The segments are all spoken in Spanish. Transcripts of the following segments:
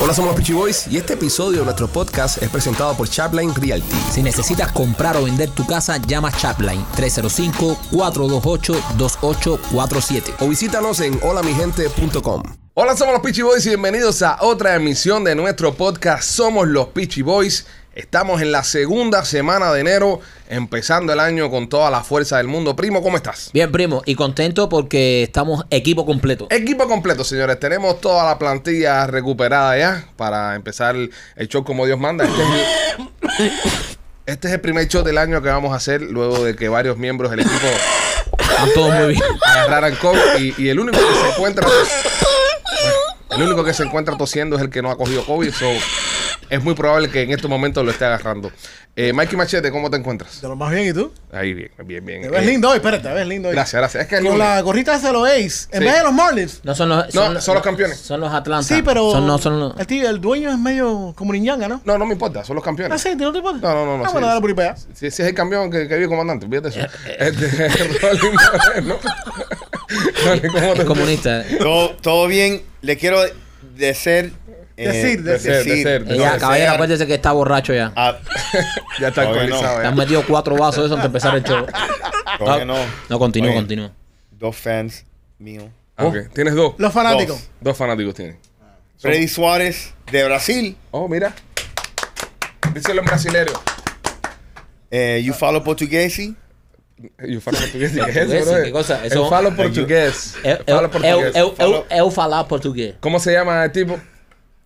Hola, somos los Peachy Boys y este episodio de nuestro podcast es presentado por Chapline Realty. Si necesitas comprar o vender tu casa, llama Chapline 305-428-2847. O visítanos en holamigente.com. Hola, somos los Peachy Boys y bienvenidos a otra emisión de nuestro podcast Somos los Peachy Boys. Estamos en la segunda semana de enero, empezando el año con toda la fuerza del mundo. Primo, ¿cómo estás? Bien, primo, y contento porque estamos equipo completo. Equipo completo, señores. Tenemos toda la plantilla recuperada ya para empezar el show como Dios manda. Este es el, este es el primer show del año que vamos a hacer luego de que varios miembros del equipo Están todos muy bien. agarraran COVID y, y el único que se encuentra el único que se encuentra tosiendo es el que no ha cogido COVID. So, es muy probable que en estos momentos lo esté agarrando. Eh, Mikey Machete, ¿cómo te encuentras? De lo más bien, ¿y tú? Ahí bien, bien, bien. Te ves Eh, lindo hoy, espérate, te ves lindo hoy. Gracias, gracias. Es que el Con lunes- la gorrita esa de los Ace, en Sí. vez de los Marlins. No son los, No, son los campeones. Son los Atlanta. Sí, pero Son, no, son los- el, tío, el dueño es medio como niñanga, ¿no? No, no me importa, son los campeones. Ah, sí, ¿tú no te importa? No, no, no, no, Ah, sí. bueno, dale por ahí para allá. Si, si es el camión que, que vive comandante, olvídate eso. Este, Rolly Moreno. Rolly, ¿cómo te- es comunista. Todo, todo bien. Le quiero decir. Decir, Decir, decir. decir. Ella, Eh, desear Ah, caballero, pues acuérdese que está borracho ya. a- Ya está Todavía no. actualizado. Te Ah, ya. has metido cuatro vasos de eso antes de empezar el show. todavía no. No, continúa, Oye, continúa. Dos fans míos. Ah, ok. Tienes dos. Los fanáticos. Dos. Dos fanáticos tienes. Freddy Suárez de Brasil. Oh, mira. Díselo en brasileño. Eh, you follow Portuguese. Yo falo portugués. ¿Qué es Portugués, eso, bro? ¿qué cosa? El Eso- falo portugués. Eu, eu, Falo eu, portugués. eu, eu, Falo- eu falar portugués. ¿Cómo se llama el tipo?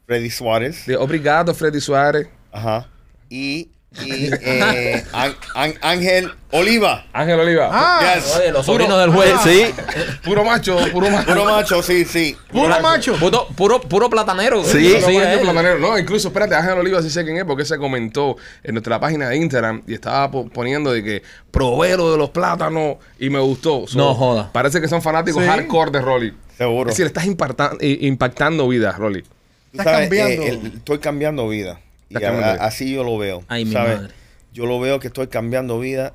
Freddy Suárez. De Obrigado, Freddy Suárez. Ajá. Y, y eh, An- An- Ángel Oliva. Ángel Oliva. Ah, Yes. Oye, los Puro- sobrinos del juez. Sí, Puro macho, puro macho. Puro macho, sí, sí. puro macho. Puro, puro, puro platanero. eh, Sí. Puro macho es. platanero. No, incluso, espérate, Ángel Oliva sí sé quién es porque se comentó en nuestra página de Instagram y estaba po- poniendo de que probero de los plátanos y me gustó. No joda. Parece que son fanáticos Sí. hardcore de Rolly. Seguro. Es decir, estás impacta- i- impactando vidas, Rolly. Tú Estás sabes, cambiando. eh, el- estoy cambiando vida. Y Estás cambiando a- vida. así yo lo veo. Ay, mi ¿sabes? madre. Yo lo veo que estoy cambiando vida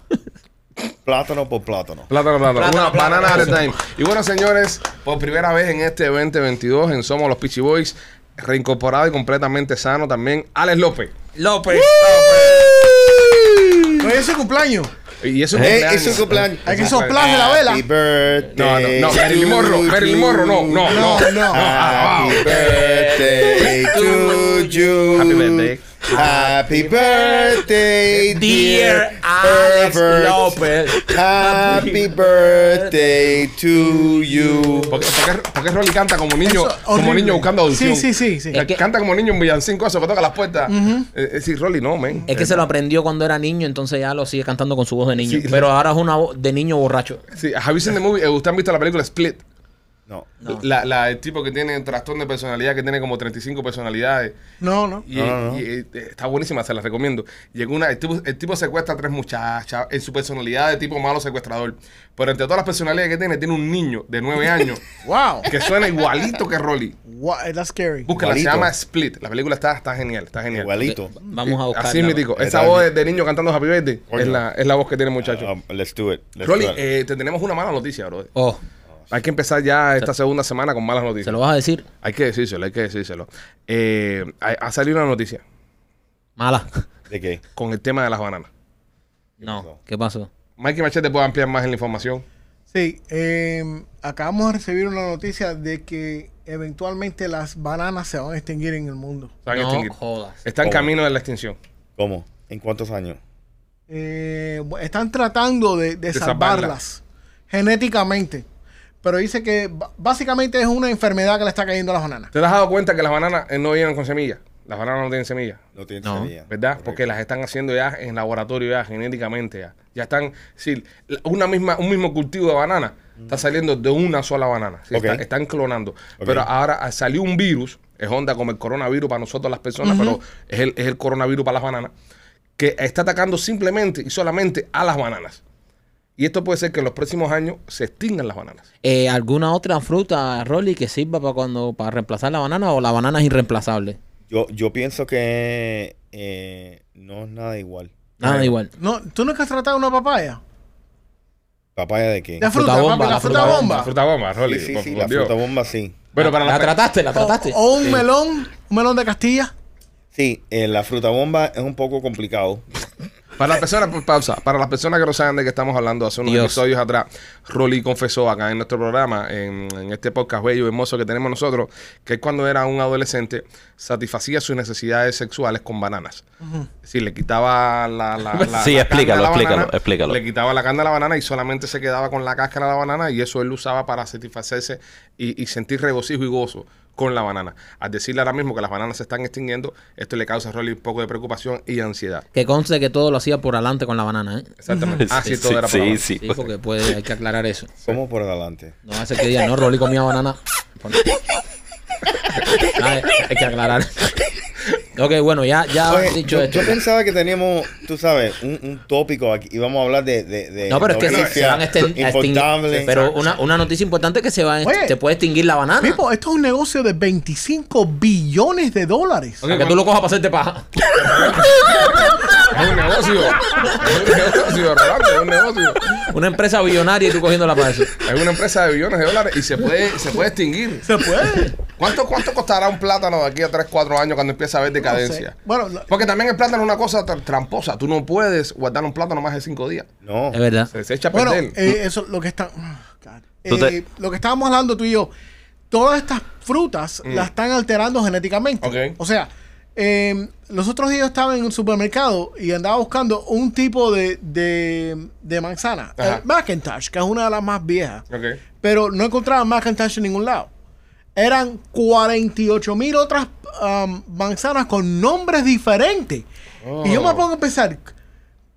plátano por plátano. Plátano, plátano. Plátano, Una plátano, banana at a eso. time. Y bueno, señores, por primera vez en este 2022 en Somos los Peachy Boys, reincorporado y completamente sano también, Alex López. López. Hoy es su cumpleaños. Y eso Eh, es su cumpleaños. Hay que soplarle la vela. Happy birthday. No, no, no, Marilyn Monroe, Marilyn Monroe, no, no, no. No, no. Ah, wow. Happy birthday to you. Happy birthday. Happy birthday, Dear dear Alex Herbert. López. Happy birthday to you. Porque, porque, porque Rolly canta como niño, Eso, como horrible. niño buscando audición. Sí, sí, sí, sí. Eh, Es que- Canta como niño un villancico, eso que toca las puertas. Eh, eh, sí, Rolly, no, men. Es que se lo aprendió cuando era niño, entonces ya lo sigue cantando con su voz de niño. Sí. Pero ahora es una voz de niño borracho. Sí, ¿Have you seen the movie? Eh, ¿Ustedes han visto la película Split? No. La, la- el tipo que tiene trastorno de personalidad, que tiene como 35 personalidades. No, no. Y, No, no, y, eh, está buenísima, se la recomiendo. Llegó una, el tipo, el tipo secuestra a tres muchachas en su personalidad de tipo malo secuestrador. Pero entre todas las personalidades que tiene, tiene un niño de nueve años Wow. que suena igualito que Rolly. Wow, That's scary. Búscala, se Igualito. llama Split. La película está, está genial, está genial. Eh, Igualito. Vamos a buscarla. Así mítico. Esa Era voz de, bien. de niño cantando Happy Birthday Coño. es la, es la voz que tiene el muchacho. Um, let's do it. Let's Rolly, do it. eh, te tenemos una mala noticia, Ah, bro. Oh, Hay que empezar ya esta segunda semana con malas noticias. ¿se lo vas a decir? Hay que decírselo, hay que decírselo. Eh, ha, ha salido una noticia Mala. ¿De qué? con el tema de las bananas. No, ¿qué pasó? Mikey Machete puede ampliar más en la información. Sí, eh, acabamos de recibir una noticia de que eventualmente las bananas se van a extinguir en el mundo. Se van a No extinguir. jodas. Está en ¿Cómo? camino de la extinción. ¿Cómo? ¿En cuántos años? Eh, bu- están tratando de, de De salvarlas. salvarlas genéticamente. Pero dice que ba- básicamente es una enfermedad que le está cayendo a las bananas. ¿Te has dado cuenta que las bananas eh, no vienen con semillas? Las bananas no tienen semillas. No tiene No. idea. ¿Verdad? Correcto. Porque las están haciendo ya en laboratorio, ya genéticamente. Ya, ya están. Sí, la- una misma, un mismo cultivo de banana está saliendo de una sola banana. Sí, Mm. Ok. está- están clonando. Pero ahora ah, salió un virus, es onda como el coronavirus para nosotros las personas, pero es el, es el coronavirus para las bananas, que está atacando simplemente y solamente a las bananas. Y esto puede ser que en los próximos años se extingan las bananas. Eh, ¿Alguna otra fruta, Rolly, que sirva para cuando para reemplazar la banana o la banana es irreemplazable? Yo, yo pienso que eh, no es nada igual. Nada igual. No, ¿Tú nunca has tratado una papaya? ¿Papaya de qué? La fruta, Fruta bomba, papi, la la fruta, fruta bomba. La fruta bomba, Rolly. Sí, sí, por- sí, por la Dios. fruta bomba, sí. Bueno, para la, la, trataste, Oh, la trataste. O, o un melón, un melón de Castilla. Sí, eh, la fruta bomba es un poco complicado. Para las personas, pues, pausa, para las personas que no saben de qué estamos hablando, hace unos Dios. episodios atrás, Rolly confesó acá en nuestro programa, en, en este podcast bello, hermoso que tenemos nosotros, que él cuando era un adolescente satisfacía sus necesidades sexuales con bananas. Sí, le quitaba la, la, la- Sí, la carne a explícalo, la explícalo, banana, explícalo. Le quitaba la carne a la banana y solamente se quedaba con la cáscara de la banana y eso él lo usaba para satisfacerse y, y sentir regocijo y gozo con la banana. Al decirle ahora mismo que las bananas se están extinguiendo, esto le causa a Rolly un poco de preocupación y ansiedad. Que conste que todo lo hacía por adelante con la banana, ¿eh? Exactamente. Ah, sí, todo era sí, para abajo. sí. Sí, porque puede, hay que aclarar eso. Somos por adelante. No hace que diga, no, Rolly comía banana. Ay, hay que aclarar. ok, bueno, ya, ya Oye, dicho yo, esto. yo pensaba que teníamos, tú sabes, un, un tópico aquí. Y vamos a hablar de. de, de No, pero es que se, se van a exten- a Importante. extinguir. Pero una, una noticia importante es que se, va a ext- Oye. se puede extinguir la banana. Pipo, esto es un negocio de 25 billones de dólares. Para que tú lo cojas para hacerte paja. Es un negocio. Es un negocio, Rolando, es un negocio. Una empresa billonaria y tú cogiendo la paja. Es una empresa de billones de dólares y se puede, se puede extinguir. Se puede. ¿Cuánto, ¿Cuánto costará un plátano de aquí a 3, 4 años cuando empieza a haber No sé. decadencia? Bueno, la- Porque también el plátano es una cosa tan tramposa. Tú no puedes guardar un plátano más de 5 días. No. Es verdad. Se, se echa a bueno, perder. eh, eso lo que está. God. Tú Eh, te- Lo que estábamos hablando tú y yo, todas estas frutas las están alterando genéticamente. Mm. Ok. O sea, eh, los otros días estaba en un supermercado y andaba buscando un tipo de, de, de manzana, Ajá. el Macintosh, que es una de las más viejas. Ok. Pero no encontraba Macintosh en ningún lado. Eran 48 mil otras um, manzanas con nombres diferentes. Y Oh. yo me pongo a pensar,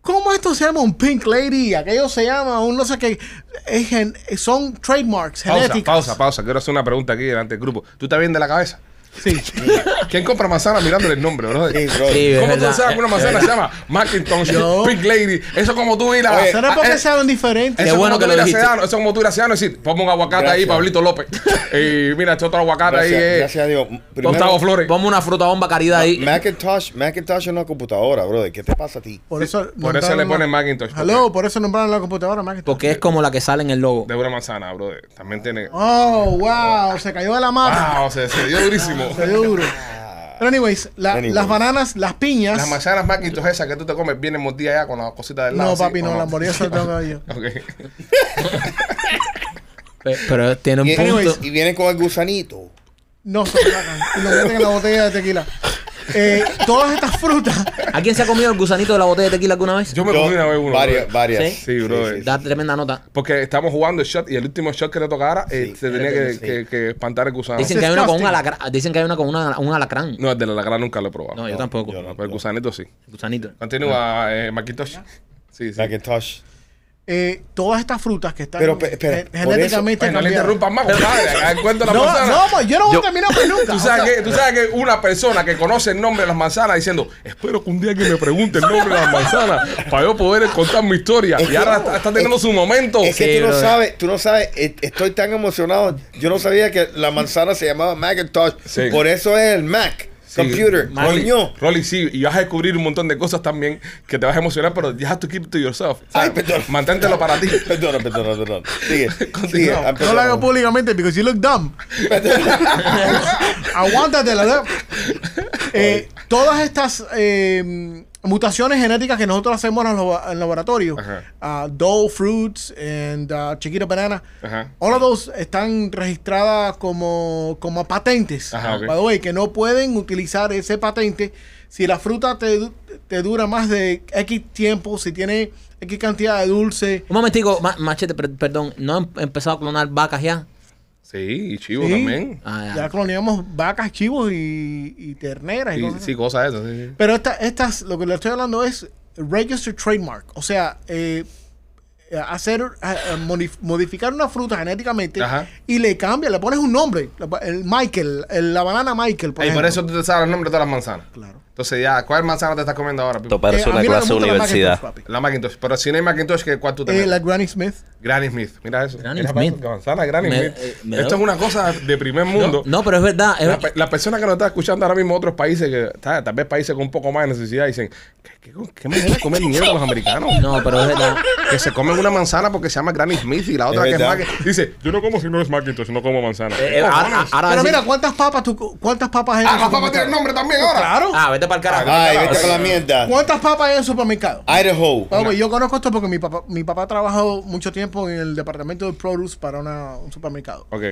¿cómo esto se llama un Pink Lady? Aquello se llama un no sé qué. Es gen- son trademarks Pausa, genéticas. pausa, pausa. Quiero hacer una pregunta aquí delante del grupo. ¿Tú estás bien de la cabeza? Sí. ¿Quién compra manzana mirándole el nombre, bro? Sí, bro. Sí, es ¿Cómo tú verdad. Eh, sabes que una manzana se llama Macintosh, Yo. Pink Lady? Eso como tú ir a... Oye, a- ¿Será porque eh, saben diferentes? Eso Qué bueno como que tú lo ir a dijiste. Sedano, eso como tú ir a Sedano y decir, ponme un aguacate ahí, Gracias. Pablito López. y mira, este otro aguacate Gracias, ahí es gracias a Dios. Gustavo Flores. Ponme una fruta bomba caridad ahí. Macintosh, Macintosh es una computadora, brother. ¿Qué te pasa a ti? Por eso, Por eso le ponen Macintosh. Hello, por eso nombraron la computadora Macintosh. Porque es como la que sale en el logo. De una manzana, bro. También tiene... Oh, wow. Se cayó de la mata. Ah, o sea, se dio durísimo. Se dio duro. Pero anyways, la- Anyways. las bananas, las piñas. Las manzanas Macintosh esas que tú te comes vienen mordidas ya con las cositas del lado. No, así, papi, ¿o no, la hamburguesa se la tengo que dar yo. Ok. Pe- Pero tiene un Y, punto. y viene con el gusanito. No se sacan. Y lo meten en la botella de tequila. Eh, todas estas frutas. ¿A quién se ha comido el gusanito de la botella de tequila alguna vez? Yo me Yo- comí una vez uno. Varias, brother. varias. ¿Sí? Sí, brother. sí, sí. Da tremenda nota. Porque estamos jugando el shot y el último shot que le tocara eh, Sí, se tenía que, sí. que- que espantar el gusano. Dicen que hay una con un disgusting. alacrán. Dicen que hay una con una- un alacrán. No, el de la lagra nunca lo he probado. No, yo tampoco. yo no. Pero el gusanito sí. Gusanito. Continúa, eh, Macintosh. Sí, sí. Ah. Macintosh. eh, todas estas frutas que están Pero, pe- espera, gen- por eso- genéticamente Ay, no le cambiadas. interrumpas más, compadre. Acá encuentro la No, manzana. no, ma, yo no voy Yo- a terminar pues nunca. ¿Tú O sabes, sea, que, tú sabes que una persona que conoce el nombre de las manzanas diciendo, espero que un día que me pregunte el nombre de las manzanas para yo poder contar mi historia. Es y que- ahora está, está teniendo su momento. Es que Sí, tú no brother. sabes, tú no sabes, eh, estoy tan emocionado. Yo no sabía que la manzana se llamaba Macintosh. Sí. Por eso es el Mac. Sí. Computer. Rolly, Coño. Rolly, sí, y vas a descubrir un montón de cosas también que te vas a emocionar, pero you have to keep it to yourself. ¿sabes? Ay, perdón. Manténtelo para ti. Perdona, perdona, perdona. Sigue. sigue. Continuamos. Ah, No lo perdona. hago públicamente because you look dumb. Aguántate la Eh, todas estas eh, mutaciones genéticas que nosotros hacemos en los en laboratorio, Ajá. uh, dough fruits and uh, chiquita banana, Ajá. all of those están registradas como, como patentes. Ajá, ok. By the way, que no pueden utilizar ese patente si la fruta te, du- te dura más de X tiempo, si tiene X cantidad de dulce. Un momentico, ma- machete, per- perdón. ¿No han empezado a clonar vacas ya? Sí, y chivo Sí. también. Ah, Ya ya. cloneamos vacas, chivos y, y terneras. y Sí, cosas sí, cosas esas. sí, sí. Pero esta- estas, lo que le estoy hablando es registered trademark. O sea, eh, hacer eh, modif- modificar una fruta genéticamente Ajá. y le cambia, le pones un nombre. La- El Michael, el- la banana Michael, por Ey, por ejemplo. eso tú te sabes el nombre de todas las manzanas. Claro. Entonces Entonces ya, ¿cuál manzana te estás comiendo ahora? Pipo? Esto parece Eh, a una mí no me clase de gusta la universidad. Macintosh, papi. La Macintosh. Pero si no hay Macintosh, ¿qué- ¿cuál tú tenés? Eh, la Granny Smith. Granny Smith. Mira eso. Granny Mira, Smith. la manzana Granny Me- Smith. eh, me Esto da- es una cosa de primer mundo. No, no, pero es verdad. es- Las pe- las personas que nos están escuchando ahora mismo, otros países, que ta- tal vez países con un poco más de necesidad, dicen: ¿Qué, qué, qué manera de comer mierda los americanos? no, pero es verdad. Que se comen una manzana porque se llama Granny Smith y la otra Es que es verdad. Macintosh. Dice: Yo no como si no es Macintosh, no como manzana. Eh, eh, Oh, ahora, ahora Pero sí- mira, ¿cuántas papas tú, cuántas papas hay en ah, el las papas supermercado? tienen nombre también ahora. Claro. Ah, vete para el carajo. Ay, vete con la mierda. ¿Cuántas papas hay en el supermercado? Ah, Idaho. Vamos, yo conozco esto porque mi papá, mi papá trabajó mucho tiempo en el departamento de produce para una- un supermercado. Ok.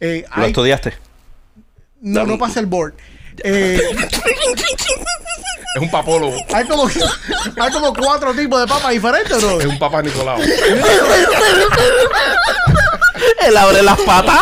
Eh, ¿Lo hay- estudiaste? no, no pasa el board. Eh, Es un papólogo. hay, como, hay como cuatro tipos de papas diferentes, bro. Es un papá Nicolau. Él abre las patas.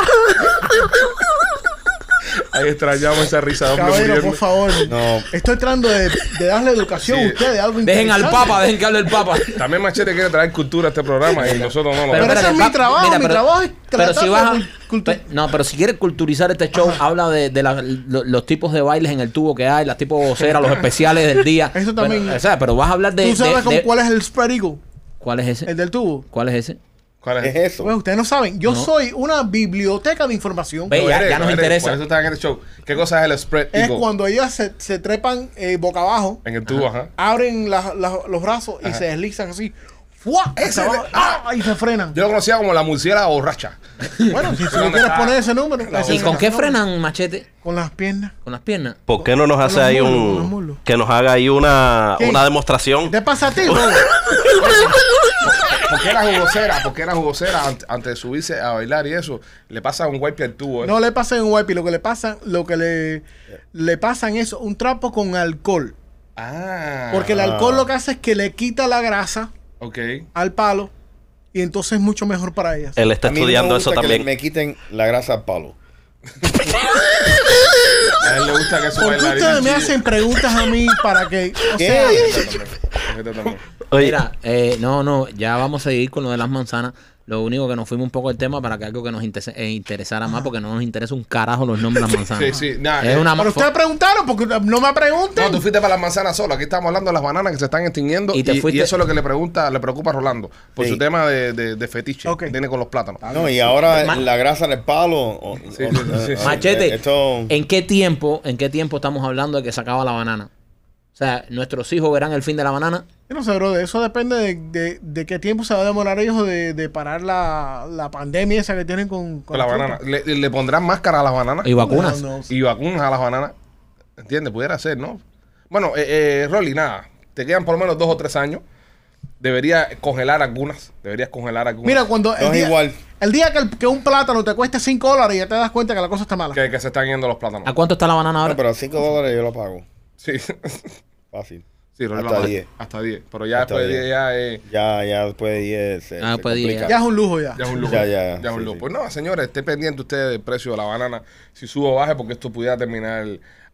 Ahí extrañamos esa risa de hombre Caballero, muriendo. por favor. No. Estoy tratando de, de darle educación Sí. a ustedes, algo Dejen al interesante. papa, dejen que hable el papa. También Machete quiere traer cultura a este programa y nosotros no lo Pero vemos. espérate, ese es mi pap- trabajo, mi trabajo es pero si tratar vas a- de cultu- pe- No, pero si quieres culturizar este show, habla de, de la- lo- los tipos de bailes en el tubo que hay, las tipos voceras, los especiales del día. Eso también- Pero, o sea, pero vas a hablar de. ¿Tú sabes de- con de- cuál es el spread eagle? ¿Cuál es ese? El del tubo. ¿Cuál es ese? ¿Cuál Es es? Pues eso. ustedes no saben. Yo No. soy una biblioteca de información. Ve, ya, ya nos interesa. Por eso está en el show. ¿Qué cosa es el spread es eagle? cuando ellas se, se trepan eh, boca abajo, En el tubo, ajá. abren la- la- los brazos y se deslizan así. ¡Fua! Ese Hasta de- abajo. ¡Ah! Y se frenan. Yo lo conocía como la murciélaga borracha. Bueno, si, si ¿Dónde tú quieres está? poner ese número. ese ¿Y con número. qué frenan, machete? Con las piernas. Con las piernas. ¿Por qué no nos hace los ahí muslos, con los un. muslos. Que nos haga ahí una, ¿Qué? una demostración? ¿Te pasa a ti, bro? Porque era jugosera, porque era jugosera ant- antes de subirse a bailar y eso. Le pasa un wipe al tubo. ¿eh? No le pasan un wipe, lo que le pasan, lo que le, le pasan es un trapo con alcohol. Ah. Porque el alcohol lo que hace es que le quita la grasa Ok. al palo y entonces es mucho mejor para ellas. Él está A mí no me estudiando gusta eso que también. Me quiten la grasa al palo. A él le gusta que eso ¿Por qué bailar. ustedes me hacen preguntas a mí para que... O ¿Qué? sea, Oye, Mira, eh, no, no, ya vamos a seguir con lo de las manzanas. Lo único que nos fuimos un poco del tema para que algo que nos interese- eh, interesara más, porque no nos interesa un carajo los nombres de las manzanas. Sí, sí, nah, eh, es una pero ustedes preguntaron porque no me No, pregunten. tú fuiste para las manzanas solo. Aquí estamos hablando de las bananas que se están extinguiendo. Y Y, te fuiste- y eso es lo que le pregunta, le preocupa a Rolando. Por Sí. su tema de, de- de fetiche Ok. que tiene con los plátanos. No, y ahora Ma- la grasa en el palo. o- Sí, o- sí, sí, Eh, sí. eh, Machete, Esto. ¿en qué tiempo, en qué tiempo estamos hablando de que se acaba la banana? O sea, nuestros hijos verán el fin de la banana. Yo no sé, bro, eso depende de, de- de qué tiempo se va a demorar ellos de, de parar la, la pandemia esa que tienen con, Con las fruta. bananas. Le, le pondrán máscara a las bananas. Y vacunas. No, no. y vacunas a las bananas. ¿Entiendes? Pudiera ser, ¿no? Bueno, eh, eh, Rolly, nada. Te quedan por lo menos dos o tres años. Debería congelar algunas. Deberías congelar algunas. Mira, cuando... No es igual. El día que, el- que un plátano te cueste 5 dólares ya te das cuenta que la cosa está mala. que, que se están yendo los plátanos. ¿A cuánto está la banana No, ahora? pero a 5 dólares yo lo pago. Sí. Fácil. sí, Rolly, Hasta vamos a- diez. Hasta 10. Pero ya Hasta después de diez. 10 ya, eh, Ya, ya después de 10. se- Ah, se después de complica. 10, Ya es un lujo ya. ya es un lujo. Ya, ya, es un sí, lujo. sí. Pues no, señores, esté pendiente ustedes del precio de la banana. Si sube o baje, porque esto pudiera terminar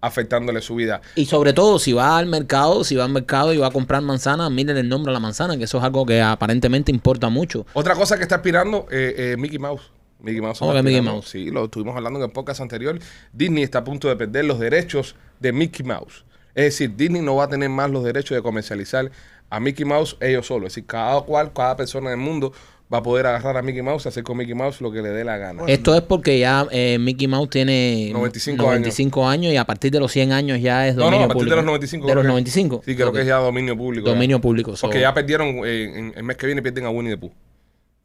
afectándole su vida. Y sobre todo, si va al mercado, si va al mercado y va a comprar manzana, miren el nombre de la manzana, que eso es algo que aparentemente importa mucho. Otra cosa que está aspirando, eh, eh, Mickey Mouse. Mickey Mouse. ¿Cómo está que Mickey aspirando- Mouse? Sí, lo estuvimos hablando en el podcast anterior. Disney está a punto de perder los derechos de Mickey Mouse. Es decir, Disney no va a tener más los derechos de comercializar a Mickey Mouse ellos solos. Es decir, cada cual, cada persona del mundo va a poder agarrar a Mickey Mouse, hacer con Mickey Mouse lo que le dé la gana. Esto es porque ya eh, Mickey Mouse tiene 95 95 años. y a partir de los 100 años ya es no, dominio no, a partir público. de los 95. De creo los que- 95. Sí, creo Ok. que es ya dominio público. ya. Dominio público. so- Porque ya perdieron, eh, en, el mes que viene pierden a Winnie the Pooh.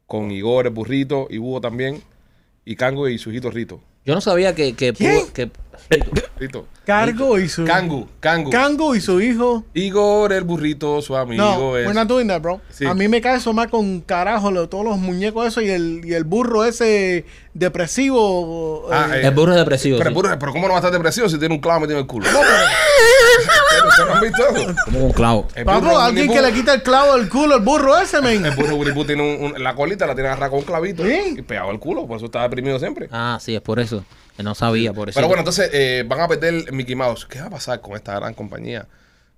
Con Igor, el burrito, y Búho también. Y Cango y su hijito Rito. Yo no sabía que... que, ¿Quién? pudo- que- Eh, Rito. Cargo y su... Cangu, Cangu. Kango y su hijo. Igor el burrito, su amigo No, es. we're not doing that, bro. Sí. A mí me cae eso más con carajo lo- todos los muñecos eso y el, y el burro ese depresivo. Ah, eh, eh, el burro es depresivo. Pero, sí. burro, pero ¿cómo no va a estar depresivo si tiene un clavo metido en el culo? No, pero- pero ¿ustedes no han visto eso? Como un clavo. El papo, burro alguien Winnie que le Pooh- quita el clavo al culo al burro ese, men. El burro Winnie Pooh tiene un, un- la colita, la tiene agarrada con un clavito. Sí. Y pegado al culo, por eso está deprimido siempre. Ah, sí, es por eso. Que no sabía, por eso. Pero bueno, entonces eh, van a perder Mickey Mouse. ¿Qué va a pasar con esta gran compañía?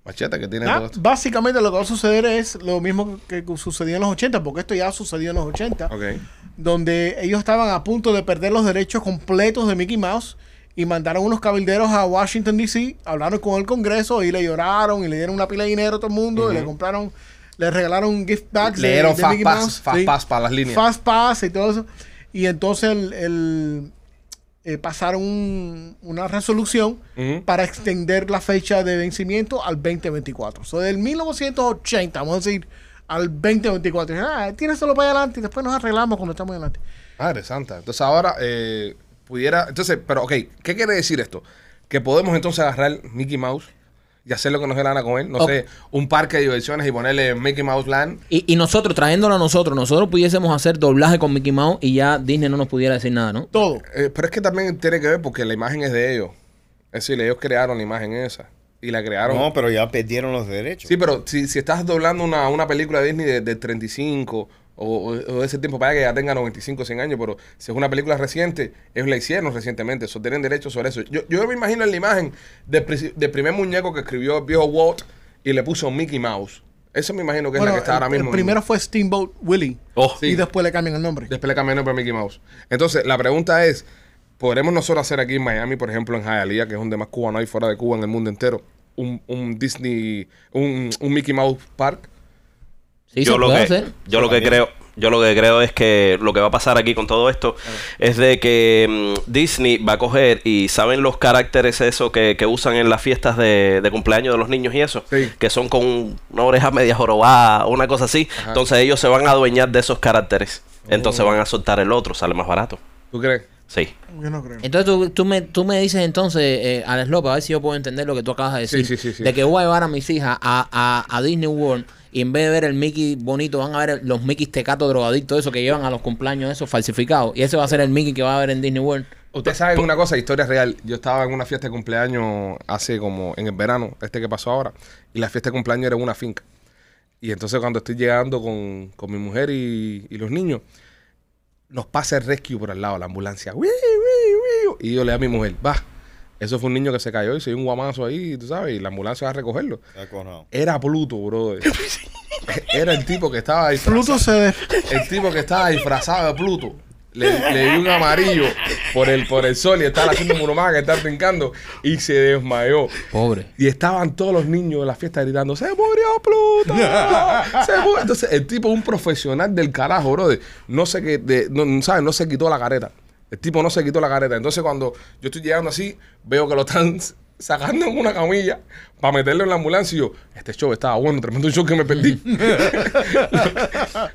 Machete que tiene Ah, todo esto. básicamente lo que va a suceder es lo mismo que que sucedió en los 80, porque esto ya sucedió en los 80, Ok. donde ellos estaban a punto de perder los derechos completos de Mickey Mouse y mandaron unos cabilderos a Washington, D.C., hablaron con el Congreso y le lloraron y le dieron una pila de dinero a todo el mundo y le compraron, le regalaron gift bags. Le de- dieron de fast Mickey pass, Mouse, fast sí. pass para las líneas. Fast Pass y todo eso. Y entonces el, el, eh, pasaron un- una resolución Ujú. para extender la fecha de vencimiento al 2024. O sea, del 1980, vamos a decir, al 2024. Y, Ah, tíreselo para adelante y después nos arreglamos cuando estamos adelante. Madre santa. Entonces ahora eh, pudiera. Entonces, pero ok, ¿qué quiere decir esto? Que podemos entonces agarrar Mickey Mouse y hacer lo que nos dé la gana con él. No Ok. sé, un parque de diversiones y ponerle Mickey Mouse Land. Y, y nosotros, trayéndolo a nosotros, nosotros pudiésemos hacer doblaje con Mickey Mouse y ya Disney no nos pudiera decir nada, ¿no? Todo. Eh, pero es que también tiene que ver porque la imagen es de ellos. Es decir, ellos crearon la imagen esa. Y la crearon. No, pero ya perdieron los derechos. Sí, pero si, si estás doblando una, una película de Disney de, de 35 o, o- o de ese tiempo, para que ya tenga 95, 100 años, pero si es una película reciente, ellos la hicieron recientemente, eso tienen derecho sobre eso. Yo, yo me imagino en la imagen del, princi- del primer muñeco que escribió el viejo Walt y le puso Mickey Mouse. Eso me imagino que es Bueno, la que está el, ahora mismo. el en- primero fue Steamboat Willie. Oh, Sí. Y después le cambian el nombre. Después le cambiaron para Mickey Mouse. Entonces, la pregunta es, ¿podremos nosotros hacer aquí en Miami, por ejemplo, en Hialeah, que es donde más cubano hay fuera de Cuba en el mundo entero, un, un Disney, un, un Mickey Mouse Park? Sí, yo se lo puede que, hacer. Yo lo que creo, yo lo que creo es que lo que va a pasar aquí con todo esto Ah. es de que mm, Disney va a coger y saben los caracteres eso que, que usan en las fiestas de, de cumpleaños de los niños y eso, Sí. que son con una oreja media jorobada o una cosa así. Entonces ellos se van a adueñar de esos caracteres. Oh. Entonces van a soltar el otro, sale más barato. ¿Tú crees? Sí. Yo no creo. Entonces tú, tú me, tú me dices entonces, eh, Alex López, a ver si yo puedo entender lo que tú acabas de Sí, decir. sí, sí, sí. De que voy a llevar a mis hijas a, a- a Disney World y en vez de ver el Mickey bonito, van a ver el- los Mickey tecato drogadictos, eso que llevan a los cumpleaños esos falsificados. Y ese va a ser el Mickey que va a ver en Disney World. Ustedes saben una cosa, historia real. Yo estaba en una fiesta de cumpleaños hace como en el verano, este que pasó ahora, y la fiesta de cumpleaños era en una finca. Y entonces cuando estoy llegando con, con mi mujer y, y los niños, nos pasa el rescue por al lado, la ambulancia. ¡Wii, wii, wii! Y yo le digo a mi mujer, va, eso fue un niño que se cayó y se dio un guamazo ahí, tú sabes, y la ambulancia va a recogerlo. Está cojonado. Era Pluto, brother. Era el tipo que estaba disfrazado. Pluto se... El tipo que estaba disfrazado de Pluto. Le, le dio un amarillo por el, por el sol y estaba haciendo monomá que estaba brincando y se desmayó. Pobre. Y estaban todos los niños de la fiesta gritando, se murió Pluto. Se murió". Entonces el tipo es un profesional del carajo, brother. No sé qué, de- no, ¿sabes? No se quitó la careta. El tipo no se quitó la careta. Entonces cuando yo estoy llegando así, veo que lo están s- sacando en una camilla para meterlo en la ambulancia y yo, este show estaba bueno, tremendo show que me perdí.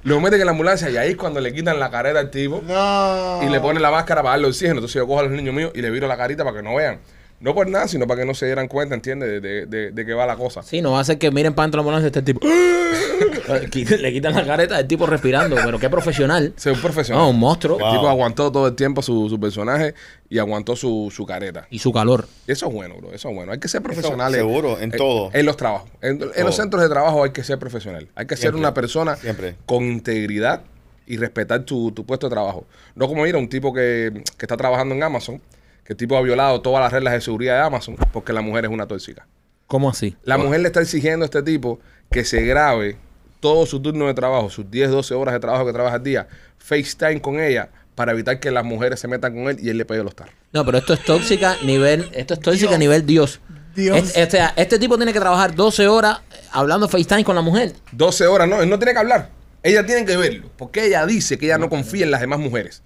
lo, meten en la ambulancia y ahí es cuando le quitan la careta al tipo No. y le ponen la máscara para darle oxígeno. Entonces yo cojo a los niños míos y le viro la carita para que no vean. No por nada, sino para que no se dieran cuenta, ¿entiendes? De, de, de- de que va la cosa. Sí, no va a ser que miren para dentro de la ambulancia este tipo. le quitan la careta del tipo respirando, pero qué profesional. Ser un profesional. No, un monstruo. El Wow. tipo aguantó todo el tiempo su, su personaje y aguantó su, su careta. Y su calor. Y eso es bueno, bro. Eso es bueno. Hay que ser profesionales. seguro, en todo. En los trabajos. En, en todo. los centros de trabajo hay que ser profesional. Hay que ser Siempre. una persona Siempre. con integridad y respetar tu, tu puesto de trabajo. No como ir a un tipo que, que está trabajando en Amazon, que el tipo ha violado todas las reglas de seguridad de Amazon porque la mujer es una tóxica. ¿Cómo así? La mujer le está exigiendo a este tipo que se grabe todo su turno de trabajo, sus 10, 12 horas de trabajo que trabaja al día, FaceTime con ella para evitar que las mujeres se metan con él y él le pegue los tarros. No, pero esto es tóxica nivel, esto es tóxica Dios. nivel Dios. Dios. Este, este, este tipo tiene que trabajar 12 horas hablando FaceTime con la mujer. 12 horas, no, él no tiene que hablar. Ella tiene que verlo, porque ella dice que ella no confía en las demás mujeres.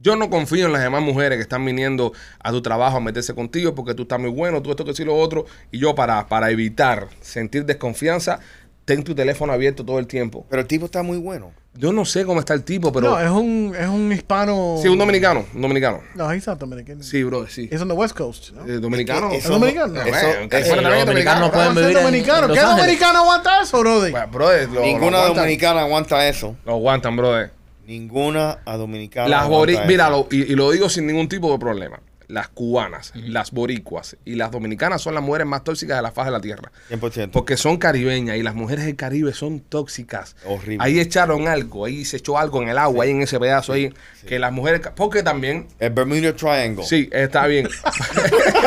Yo no confío en las demás mujeres que están viniendo a tu trabajo a meterse contigo porque tú estás muy bueno, tú esto que sí lo otro. Y yo para, para evitar sentir desconfianza, ten tu teléfono abierto todo el tiempo. Pero el tipo está muy bueno. Yo no sé cómo está el tipo, pero... no, es un, es un hispano. Sí, un dominicano, un dominicano. No, he's not Dominican. Sí, bro, sí. Es on the West Coast. ¿no? Eh, dominicano. Es ¿Es que dominicano? Eh, eso- bueno, en eso- California también es los dominicanos dominicano, no bro. pueden ¿Qué vivir en- dominicano? en Los ¿Qué Ángeles. dominicano aguanta eso, brother? Bueno, brother, Pues, eh, lo- Ninguna lo aguantan. dominicana aguanta eso. Lo aguantan, brother. Ninguna a dominicana. Las aguanta bori- eso. mira, lo- y, y lo digo sin ningún tipo de problema. Las cubanas, las boricuas y las dominicanas son las mujeres más tóxicas de la faz de la tierra. 100%. Porque son caribeñas y las mujeres del Caribe son tóxicas. Horrible. Ahí echaron algo, ahí se echó algo en el agua, ahí en ese pedazo ahí. Que las mujeres. ca- Porque también El Bermuda Triangle. Sí, está bien.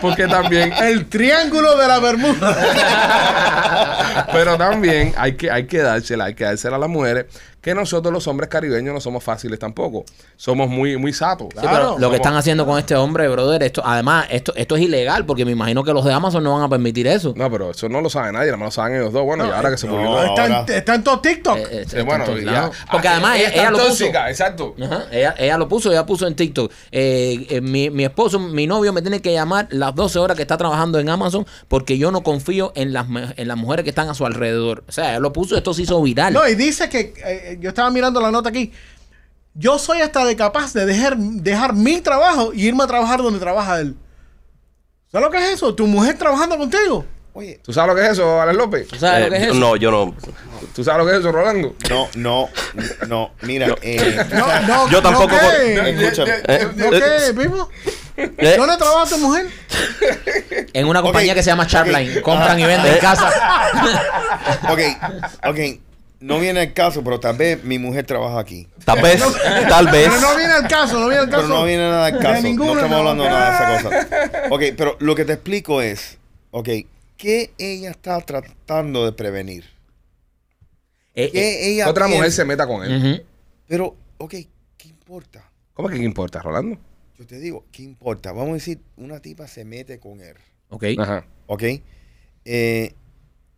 Porque también, El triángulo de la Bermuda. pero también hay que, hay que dársela, hay que dársela a las mujeres que que nosotros los hombres caribeños no somos fáciles tampoco. Somos muy, muy sapos. Sí, pero lo que están haciendo con este hombre, brother, esto, además, esto, esto es ilegal, porque me imagino que los de Amazon no van a permitir eso. No, pero eso no lo sabe nadie, nada más lo saben ellos dos. Bueno, y ahora que se no. publicó. Está en- ahora- está en todo TikTok. Eh, Eh, eh, bueno, está en todos ya. lados. Porque Ah, además ella ella, está ella lo puso. tóxica, exacto. Ajá, ella, ella lo puso, ella puso en TikTok. eh, eh, mi, mi esposo, mi novio me tiene que llamar las 12 horas que está trabajando en Amazon porque yo no confío en las, mu- en las mujeres que están a su alrededor. O sea, ella lo puso, esto se hizo viral. No, y dice que eh, yo estaba mirando la nota aquí. Yo soy hasta de capaz de dejar, dejar mi trabajo y irme a trabajar donde trabaja él. ¿Sabes lo que es eso? Tu mujer trabajando contigo. Oye, ¿Tú sabes lo que es eso, Alex López? ¿Tú sabes Ah, lo que es Eh, eso? No, yo no. ¿Tú sabes lo que es eso, Rolando? no, no, no. Mira, eh, tú No, sabes- no, Yo tampoco- ¿No Eh, qué? escúchame. Eh, ¿No qué, primo? eh, ¿Dónde trabaja tu mujer? En una compañía Ok, que se llama Charline. ok. Compran y venden Eh. casa. Ok, ok. No viene el caso, pero tal vez mi mujer trabaja aquí. tal vez, tal vez. Pero no viene al caso, no viene al caso. Pero no viene nada al caso. ninguno, no no. estamos Ah. hablando nada de esa cosa. Ok, pero lo que te explico es, ok, ¿qué ella está tratando de prevenir? Eh, eh, ¿Qué ella Otra mujer piensa? se meta con él. ujú. Pero, ok, ¿qué importa? ¿Cómo es que qué importa, Rolando? Yo te digo, ¿qué importa? Vamos a decir, una tipa se mete con él, Ok. Ah. Ajá. ¿ok? Eh,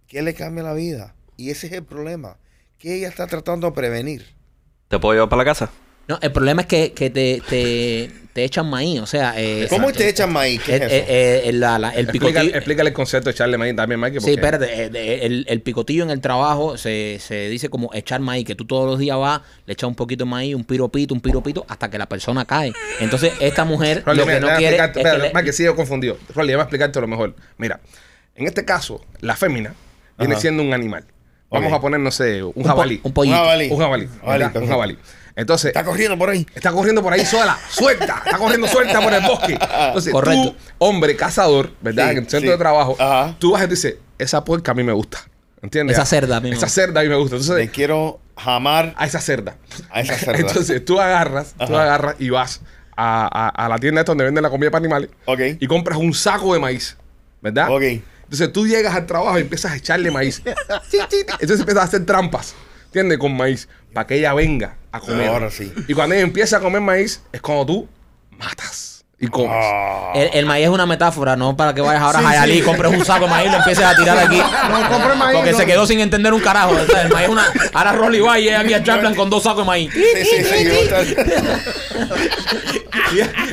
¿Qué le cambia la vida? Y ese es el problema. ¿Qué ella está tratando de prevenir? ¿Te puedo llevar para la casa? No, el problema es que, que te, te, te echan maíz. O sea, eh, ¿Cómo exacto. te echan maíz? ¿Qué es Eh, eso? eh, eh, la- la- el Explícale, picotillo. explícale el concepto de Charlie Maíz también, Mikey. Sí, porque- espérate, eh, de- el, el picotillo en el trabajo se, se dice como echar maíz, que tú todos los días vas, le echas un poquito de maíz, un piropito, un piropito, hasta que la persona cae. Entonces, esta mujer Rolly, lo mira, que no déjame quiere es explicarte, que espérate, le- más que sí, yo confundido. Rolly, déjame explicarte lo mejor. Mira, en este caso, la fémina viene Ajá. siendo un animal. Vamos Ok. a poner, no sé, un un, po- jabalí. un Un, pollito. Un jabalí. jabalí. Jabalí, ¿verdad? Un perfecto. jabalí. Entonces, Está corriendo por ahí. está corriendo por ahí sola, suelta, está corriendo suelta por el bosque. Entonces, Correcto. tú, hombre cazador, ¿verdad? Sí, en el centro sí. de trabajo, Ajá. tú vas y dices, esa puerca a mí me gusta. ¿Entiendes? Esa cerda a mí me Esa gusta. cerda a mí me gusta. Entonces, Le quiero jamar a esa cerda. a esa cerda. Entonces tú agarras, tú agarras y vas a, a- a la tienda esta donde venden la comida para animales Ok. y compras un saco de maíz, ¿verdad? Ok. Entonces tú llegas al trabajo y empiezas a echarle maíz. Chi, chi, chi. Entonces empiezas a hacer trampas, ¿entiendes? Con maíz, para que ella venga a comer. Ahora sí. Y cuando ella empieza a comer maíz, es cuando tú matas y comes. Ah. El, el maíz es una metáfora, no para que vayas ahora Sí, a Jayalí sí. y compres un saco de maíz y lo empieces a tirar aquí. No, compre maíz, Porque no. se quedó sin entender un carajo. O sea, el maíz es una. Ahora Rolly va y llega aquí a Chaplin con dos sacos de maíz. Sí, sí, sí, yo tal-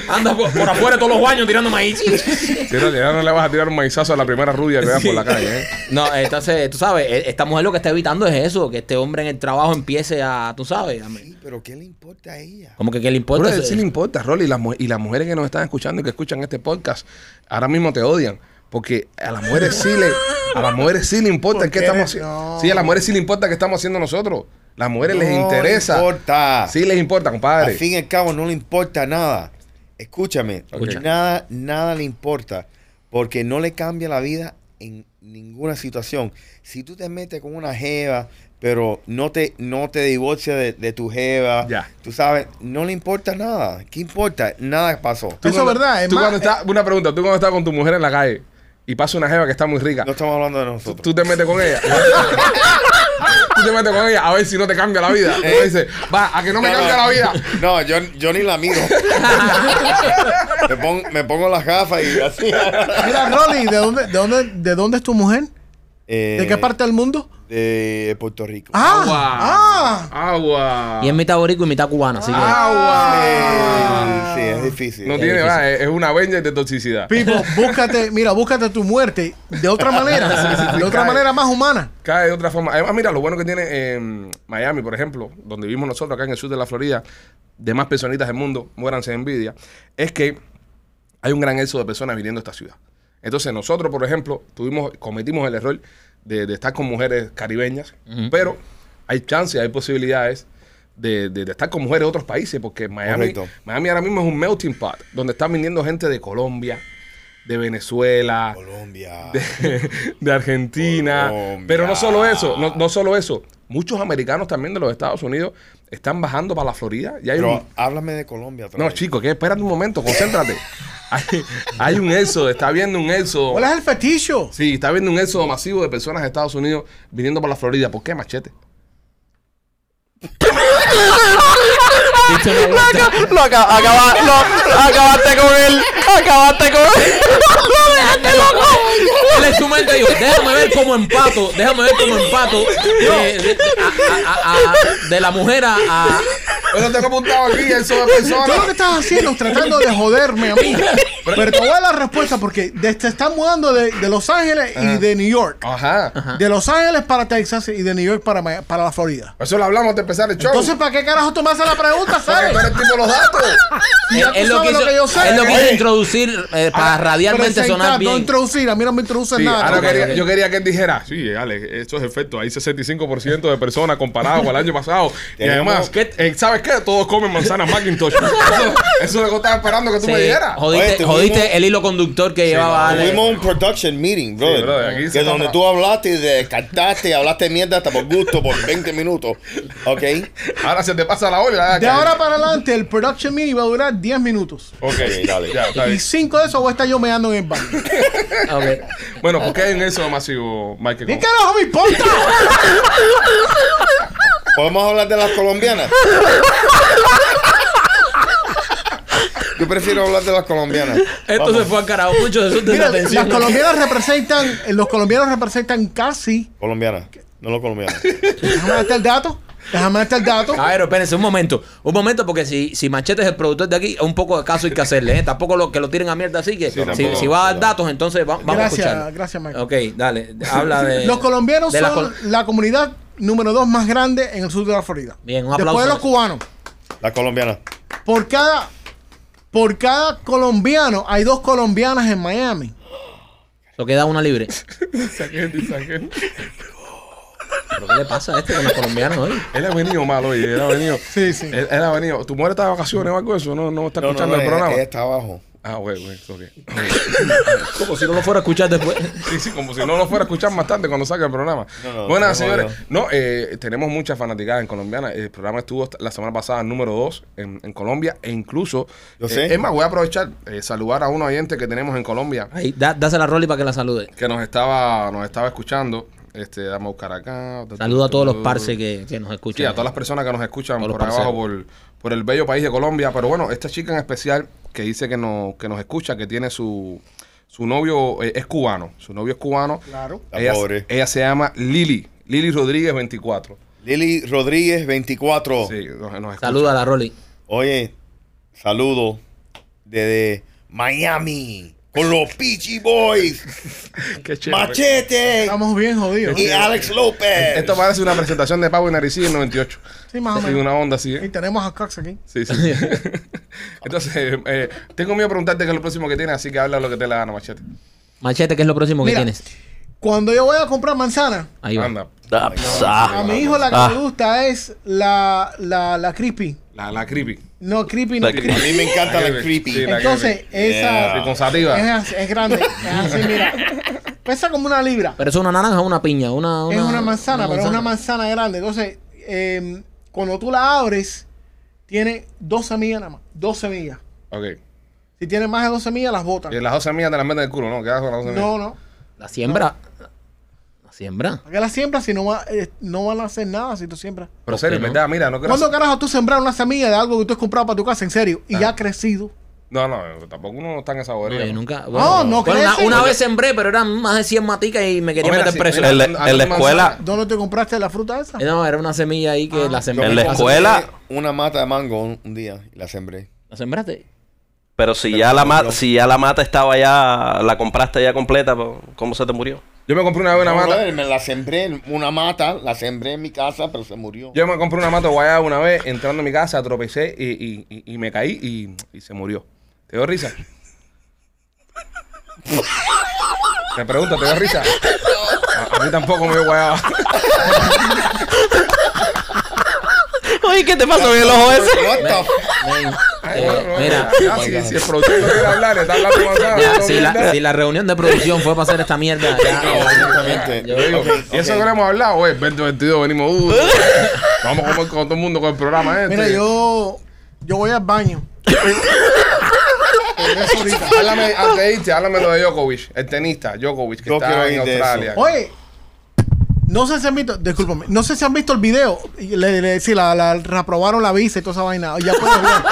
Anda por, por afuera de todos los baños tirando maíz. Si no, ya no le vas a tirar un maizazo a la primera rubia que veas por la calle, ¿eh? No, entonces, tú sabes, e- esta mujer lo que está evitando es eso, que este hombre en el trabajo empiece a, tú sabes, a- Sí, pero ¿qué le importa a ella? como que, que le importa. Bro, eso? sí le importa, Rolly. Y las, mu- y las mujeres que nos están escuchando y que escuchan este podcast, ahora mismo te odian. Porque a las mujeres sí le, a las mujeres sí le importa el que qué estamos eres? haciendo. No. Sí, a las mujeres sí le importa que estamos haciendo nosotros. Las mujeres les No interesa. importa. Sí les importa, Al compadre. fin y al cabo no le importa nada. Escúchame, Escucha. nada, nada le importa porque no le cambia la vida en ninguna situación. Si tú te metes con una jeva, pero no te, no te divorcias de, de tu jeva, Ya. tú sabes, no le importa nada. ¿Qué importa? Nada pasó. Tú Eso cuando- es verdad, es tú más- cuando estás- una pregunta, tú cuando estás con tu mujer en la calle y pasa una jeva que está muy rica, No estamos hablando de tú, nosotros. tú te metes con ella. tú te metes con ella a ver si no te cambia la vida. Tú dices, va, a que no me cambia la vida. No, yo, yo ni la miro. me, pon- me pongo las gafas y así. eh, Mira, Rolly, ¿de dónde, de, dónde, ¿de dónde es tu mujer? Eh, ¿De qué parte del mundo? De Puerto Rico. ¡Ah! ¡Ah! Agua. Y es mitad boricua y mitad cubana, así que... Agua. Sí, sí, es difícil. ah, No Es tiene, difícil. va, es es una Avenger de toxicidad. Pipo, búscate, mira, búscate tu muerte de otra manera, de otra Cae. manera más humana. Cae de otra forma. Además, mira, lo bueno que tiene eh, Miami, por ejemplo, donde vivimos nosotros acá en el sur de la Florida, demás personitas del mundo, muéranse de envidia, es que hay un gran éxodo de personas viniendo a esta ciudad. Entonces, nosotros, por ejemplo, tuvimos, cometimos el error de, de estar con mujeres caribeñas, pero hay chances, hay posibilidades de, de- de estar con mujeres de otros países, porque Miami, Correcto. Miami ahora mismo es un melting pot, donde están viniendo gente de Colombia, de Venezuela, Colombia. de Argentina. Colombia. Pero no solo eso, no, no solo eso. Muchos americanos también de los Estados Unidos están bajando para la Florida y hay Pero un... háblame de Colombia otra No, vez. chico, que espérate un momento, concéntrate. hay, hay un éxodo, está habiendo un éxodo. ¿Cuál es el feticho? Sí, está habiendo un éxodo masivo de personas de Estados Unidos viniendo para la Florida. ¿Por qué machete? Ah, Dicho no aguanta. Lo, aca- acaba- lo- acabaste con él. Acabaste con él. Lo dejaste loco. Él en su mente dijo, déjame ver cómo empato, déjame ver cómo empato de, de- a- a- a- a- de la mujer a... a- Eso tengo apuntado aquí, eso de Todo lo que persona. estás haciendo es tratando de joderme a mí. Pero te voy a dar la respuesta porque de- te estás mudando de, de Los Ángeles Ah. y de New York. Ajá. De Los Ángeles para Texas y de New York para, Ma- para la Florida. Eso lo hablamos de empezar el show. Entonces, ¿para qué carajo tomarse la pregunta, Porque tú sabes? eres tipo los datos. Si ya tú él, lo sabes quiso, lo que yo sé. él lo quiso Oye. introducir eh, para radialmente Presentar, sonar No bien. introducir, a mí no me introducen Sí, nada. ahora ok, quería- ok. yo quería que él dijera, sí, eh, Ale, estos efectos, hay 65% de personas comparado con el año pasado. y Tenemos- además, eh, ¿sabes qué? Todos comen manzanas Macintosh. eso, eso es lo que estaba esperando que tú Sí, me dijeras. jodiste, Oye, tuvimos- jodiste el hilo conductor que llevaba Ale. Tuvimos un production meeting, brother. brother, aquí se que donde está- tú hablaste, descartaste, hablaste mierda hasta por gusto por 20 minutos. ¿Ok? Ahora se te pasa la ola. De ahora para adelante, el production mini va a durar 10 minutos. Ok, dale. Ya, está Y bien. 5 de esos voy a estar yo meando en el baño. Ok. Bueno, ¿por qué en eso masivo, Mike? ¿Qué carajo me importa? ¿Podemos hablar de las colombianas? Yo prefiero hablar de las colombianas. Esto se fue al carajo. Mucho de eso de Mira, la las atención. colombianas representan, eh, los colombianos representan casi. Colombianas, no los colombianos. Déjame darte el dato. Déjame darte el dato. A ver, espérense un momento. Un momento, porque si, si Machete es el productor de aquí, un poco de caso hay que hacerle. ¿eh? Tampoco lo, que lo tiren a mierda así. que si, tampoco. si va a dar datos, entonces va- vamos Gracias, a escuchar. gracias, Michael. Ok, dale. Habla de. Los colombianos de son las la, col- comunidad número dos más grande en el sur de la Florida. Bien, un Después de aplauso. los cubanos. Las colombianas. Por cada, por cada colombiano hay dos colombianas en Miami. Lo que da una libre. ¿Pero qué le pasa a este con los colombianos hoy? Él ha venido mal hoy, él ha venido. Sí, sí. Él, él ha venido. ¿Tu mujer está de vacaciones o algo de eso? No, no está No, no, escuchando el no, ella- programa. ella está abajo. Ah, güey, güey, ok. Como si no lo fuera a escuchar después. Sí, sí, como si no lo fuera a escuchar más tarde cuando salga el programa. No, no, Buenas, no, señores. No, eh, tenemos muchas fanaticadas en Colombiana. El programa estuvo hasta la semana pasada número 2 en, en Colombia e incluso... Yo eh, sé. es más, voy a aprovechar eh, saludar a un oyente que tenemos en Colombia Ahí, da, dásela a Rolly para que la salude. que nos estaba nos estaba escuchando. Este, dame a buscar acá. Saluda a todos los parces parce que, que nos escuchan. Sí, a todas las personas que nos escuchan Todos por los ahí abajo, por, parceros. por el bello país de Colombia. Pero bueno, esta chica en especial que dice que, no, que nos escucha, que tiene su, su novio, eh, es cubano. Su novio es cubano. Claro. La ella, pobre. ella se llama Lili. Lili Rodríguez 24. Lili Rodríguez, 24. Sí, nos, nos escucha. Saluda a la Rolly. Oye, saludo desde Miami con los Peachy Boys, Qué chévere. Machete Estamos bien jodidos. y Alex López. Esto parece una presentación de Pablo Naricí en 98. Sí, más o Sí, menos. una onda así. ¿eh? Y tenemos a Cox aquí. Sí, sí. Entonces, eh, tengo miedo a preguntarte qué es lo próximo que tienes, así que habla lo que te la gana, machete. Machete, ¿qué es lo próximo Mira. que tienes? Cuando yo voy a comprar manzana, Ahí va. Anda. Ah, pues, ah. a mi hijo la que Ah. le gusta es la, la, la creepy. La, la creepy. No, creepy, no La creepy. A mí me encanta la creepy. Sí, la Entonces, creepy. esa Yeah. Y consativa. es, así- es grande. Es así, mira. Pesa como una libra. Pero es una naranja o una piña. Una, es una manzana, pero es una manzana grande. Entonces, eh, cuando tú la abres, tiene dos semillas nada más. Dos semillas. Ok. Si tiene más de dos semillas, las botan. Y las dos semillas te las meten en el culo, ¿no? Quedas con las dos semillas. No, no. La siembra. La siembra. ¿Para qué las siembras si no, va- eh, no van a hacer nada si tú siembras? Pero serio, ¿Por qué no? ¿verdad? Mira, no quiero... ¿Cuándo carajo tú sembrar una semilla de algo que tú has comprado para tu casa? En serio. Y ya ha crecido. No, no, tampoco uno está en esa No, bobería. yo ¿no? nunca. No, no bueno, una, crece. una vez sembré, pero eran más de 100 maticas y me quería Pues Mira, meter sí, preso. mira, En la- a mí en la me escuela- manzana- ¿Dónde te compraste la fruta esa? No, era una semilla ahí que la Yo sembré. me En la compré escuela. Una mata de mango un, un día y la sembré. ¿La sembraste? Pero si ya la mata, si ya la mata estaba ya, la compraste ya completa, pues, ¿cómo se te murió? Yo me compré una vez una No, mata. brother, me la sembré, en una mata, la sembré en mi casa, pero se murió. Yo me compré una mata de guayaba una vez, entrando a mi casa, tropecé y, y- y- y me caí y, y se murió. ¿Te dio risa? Te pregunto, ¿te dio risa? A, a mí tampoco me dio guayaba. Oye, ¿qué te pasó en el ojo ese? What the f- Ay, Eh, bueno, mira. ya, si, si el productor no quiere hablar, le está hablando manzana, Ya, todo si, la, mierda. si la reunión de producción fue para hacer esta mierda, ya, No, exactamente. Yo digo, Ok, y eso ok. que le hemos hablado, güey, 2022 venimos uh, Vamos a comer con todo el mundo con el programa este. Mira, yo, yo voy al baño. Regreso ahorita. Háblame, antes de irte, háblame lo de Djokovic, el tenista Djokovic, que Yo está quiero en oír de Australia. eso. Oye, No sé si han visto, discúlpame, no sé si han visto el video. Le, le- sí, la, la reprobaron la visa y toda esa vaina. Ya puedes jugar.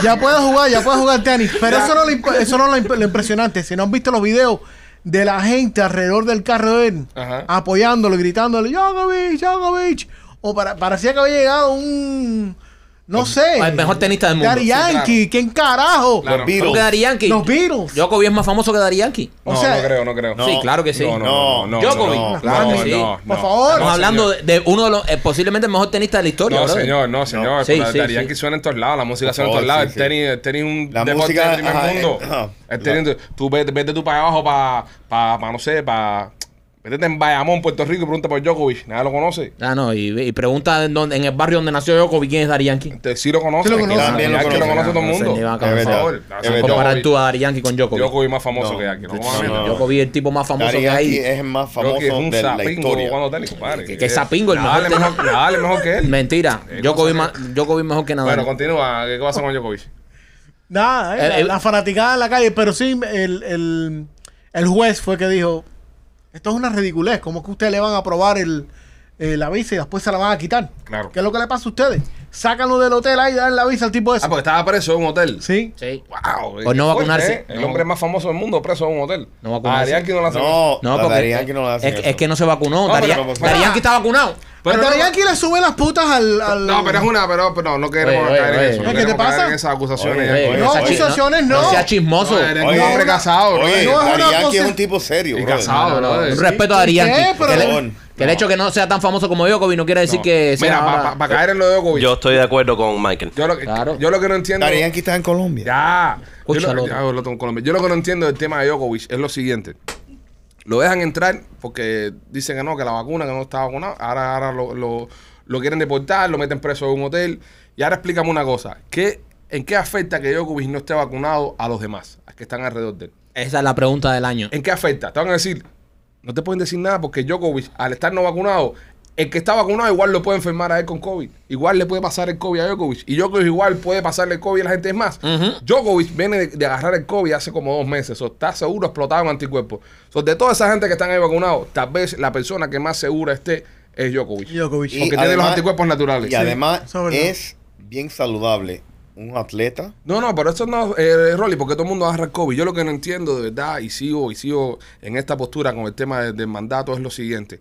ya puedes jugar, ya puedes jugar tenis. Pero eso no, es lo imp- eso no es lo, imp- lo impresionante. Si no han visto los videos de la gente alrededor del carro de él, Ajá. apoyándolo, gritándole, Djokovic, Djokovic. O para, parecía que había llegado un. No sé. el mejor tenista del mundo. Daddy Sí, claro. Yankee, ¿quién carajo? Claro. Los Beatles. ¿Cómo que Daddy Yankee? Los Beatles. Djokovic es más famoso que Daddy Yankee. O No, sea, no creo, no creo. no. Sí, claro que sí. No, no, no, no, Djokovic. no, no, claro claro que que no, sí. no. Por favor. Estamos Oh, No, hablando señor. de, de uno de los, eh, posiblemente el mejor tenista de la historia. No, brother. señor, no, señor. Sí, Pero sí, el Daddy sí. Yankee suena en todos lados, la música suena en Por todos favor, lados. sí, el, tenis, el tenis es un La deporte música, del primer ajá, mundo. eh, ajá. el tenis, tú vete, vete tú para abajo, para, para, no sé, para... Vete en Bayamón, Puerto Rico y pregunta por Djokovic. Nada lo conoce. Ah, no, y, y pregunta en, dónde- en el barrio donde nació Djokovic quién es Daddy Yankee. Te, sí lo conoce. Sí lo aquí, conoce. Daddy También lo Yankee lo conoce, conoce todo el no, se le mundo. va a acabar. Por Es favor. verdad. no, Es sí, verdad. Eh, Comparar Djokovic- tú a Daddy Yankee con Djokovic. Djokovic es más famoso No, que Yankee. No, no, mames. no. Djokovic es el tipo más famoso Daddy que hay. Yankee es el más famoso Djokovic es un de la sapingo historia. jugando tenis, compadre. que es sapingo el Nadal es mejor mejor. Nadal es mejor que él. Mentira. Eh, Djokovic, cosa ma- Djokovic mejor que Nadal. Bueno, continúa. ¿Qué pasa con Djokovic? Nada, eh, Eh, la, eh, la fanaticada en la calle, pero sí, el, el, el juez fue que dijo, esto es una ridiculez, ¿cómo que ustedes le van a aprobar el, eh, la visa y después se la van a quitar? Claro. ¿Qué es lo que le pasa a ustedes? Sácanlo del hotel ahí y dan la visa al tipo ese. Ah, porque estaba preso en un hotel. Sí. sí. Wow, Por no qué vacunarse. fuerte, ¿eh? El No. hombre más famoso del mundo preso en un hotel. No vacunarse. A Daddy Yankee no la hace. No, No, la porque Daddy Yankee no la hace es, eso. es que no se vacunó. No, Daddy, pero- Daddy pero- Yankee está vacunado. Pero Pero no- aquí le sube las putas al... al- No, pero es una, pero, pero no, no queremos Oye, caer oye, en eso. oye. No ¿Qué te queremos caer pasa? en esas acusaciones. Oye, Yankee. oye, No, Eh, sea chi- acusaciones no. sea chismoso. No, eres Un un Oye, hombre una- casado, bro. Oye, No, es una Daddy Yankee es cosa- un tipo serio, Y bro. casado, No, no, bro. respeto a Daddy ¿Qué? Yankee. Pero- que le- Perdón. que el hecho que no sea tan famoso como Djokovic no quiere decir No. que sea... Mira, ahora- para caer en lo de Djokovic. Yo estoy de acuerdo con Michael. Yo lo que, Claro. yo lo que no entiendo. Daddy Yankee está en Colombia. Ya. Yo Escúchalo. lo, ya, hablo con Colombia. Yo lo que no entiendo del tema de Djokovic es lo siguiente. Lo dejan entrar porque dicen que no, que la vacuna, que no está vacunado. Ahora, ahora lo, lo- lo quieren deportar, lo meten preso en un hotel. Y ahora explícame una cosa. ¿Qué, ¿En qué afecta que Djokovic no esté vacunado a los demás, a que están alrededor de él? Esa es la pregunta del año. ¿En qué afecta? Te van a decir, no te pueden decir nada porque Djokovic, al estar no vacunado, el que está vacunado igual lo puede enfermar a él con COVID. Igual le puede pasar el COVID a Djokovic. Y Djokovic igual puede pasarle el COVID a la gente. Es más, Djokovic viene de, de agarrar el COVID hace como dos meses. O está seguro explotado en anticuerpos. So, de toda esa gente que están ahí vacunados, tal vez la persona que más segura esté es Djokovic. Djokovic. porque tiene los anticuerpos naturales. Y Sí. además eso es verdad. es bien saludable un atleta. No, no, pero eso no eh, Rolly, porque todo el mundo agarra el COVID. Yo lo que no entiendo de verdad y sigo y sigo en esta postura con el tema de- del mandato es lo siguiente.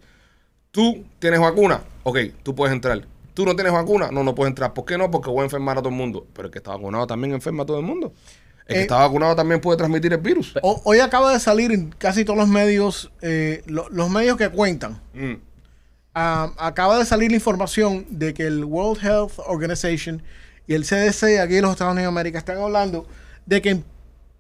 Tú tienes vacuna, ok, tú puedes entrar. Tú no tienes vacuna, no, no puedes entrar. ¿Por qué no? Porque voy a enfermar a todo el mundo. Pero el que está vacunado también enferma a todo el mundo. El que Eh, está vacunado también puede transmitir el virus. O- hoy acaba de salir en casi todos los medios, eh, lo- los medios que cuentan. Mm. Ah, acaba de salir la información de que el World Health Organization y el CDC aquí en los Estados Unidos de América están hablando de que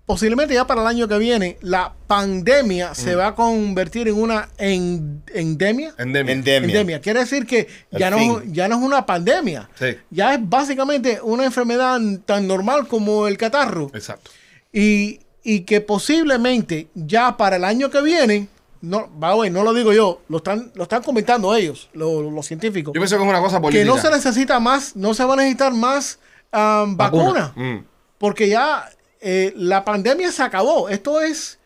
posiblemente ya para el año que viene la pandemia se Mm. va a convertir en una en- endemia. Endemia. Endemia. Endemia. Quiere decir que Al ya no, fin. ya no es una pandemia. Sí. Ya es básicamente una enfermedad tan normal como el catarro. Exacto. Y, y que posiblemente ya para el año que viene, no, by the way, no lo digo yo, lo están, lo están comentando ellos, lo- los científicos, Yo pienso que es una cosa política. que no se necesita más, no se va a necesitar más um, vacuna, Mm. porque ya eh, la pandemia se acabó. Esto es,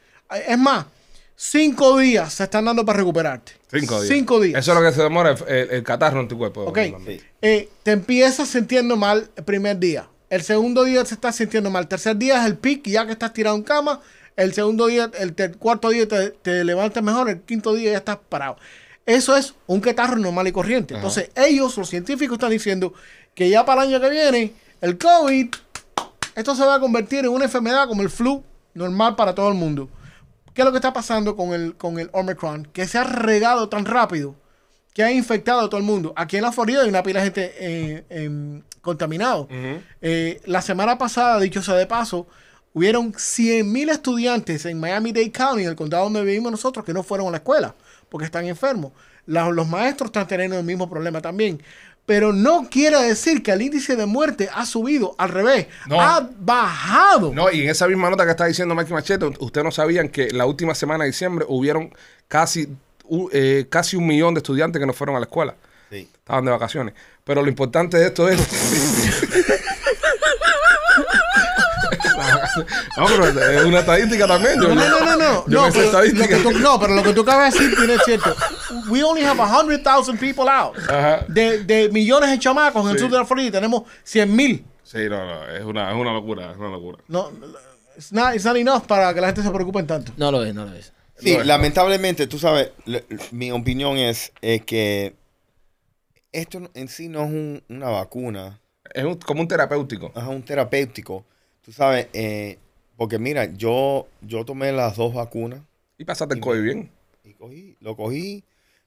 es más, cinco días se están dando para recuperarte. Cinco días. Cinco días. Eso es lo que se demora el, el- el catarro en tu cuerpo. Ok. También. Eh, te empiezas sintiendo mal el primer día. El segundo día te estás sintiendo mal. El tercer día es el pic, ya que estás tirado en cama. El segundo día, el ter- cuarto día te, te levantas mejor. El quinto día ya estás parado. Eso es un catarro normal y corriente. Entonces, ellos, los científicos, están diciendo que ya para el año que viene, el COVID, esto se va a convertir en una enfermedad como el flu normal para todo el mundo. ¿Qué es lo que está pasando con el, con el Omicron? Que se ha regado tan rápido que ha infectado a todo el mundo. Aquí en la Florida hay una pila de gente eh, em, contaminado. Eh, la semana pasada, dicho sea de paso, hubieron 100.000 estudiantes en Miami-Dade County, en el condado donde vivimos nosotros, que no fueron a la escuela porque están enfermos. La- los maestros están teniendo el mismo problema también. Pero no quiere decir que el índice de muerte ha subido, al revés, No. ha bajado. No, y en esa misma nota que está diciendo Mikey Machete, ustedes no sabían que la última semana de diciembre hubieron casi, u- eh, casi un millón de estudiantes que no fueron a la escuela. Sí. Estaban de vacaciones. Pero lo importante de esto es... No, pero es una estadística también. Yo, No, no, no, no. No, Yo me sé pero, lo estadística. que tú, no, pero lo que tú acabas de decir tiene cierto. We only have 100,000 people out. Ajá. De, de millones de chamacos en el Sí. sur de la Florida tenemos 100,000. Sí, no, no, es una, es una locura, es una locura. No, it's not, it's not enough para que la gente se preocupe en tanto. No lo es, no lo es. Sí, No, no. lamentablemente, tú sabes, le- mi opinión es, eh, que esto no- en sí no es un- una vacuna, Es un- como un terapéutico. es un terapéutico. Tú sabes, eh, porque mira, yo, yo tomé las dos vacunas Y pasaste el COVID bien. y cogí, lo cogí,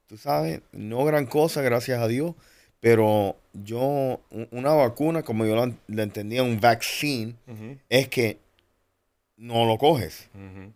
tú sabes, no gran cosa, gracias a Dios, pero yo, u- una vacuna, como yo la, la entendía, un vaccine, es que no lo coges.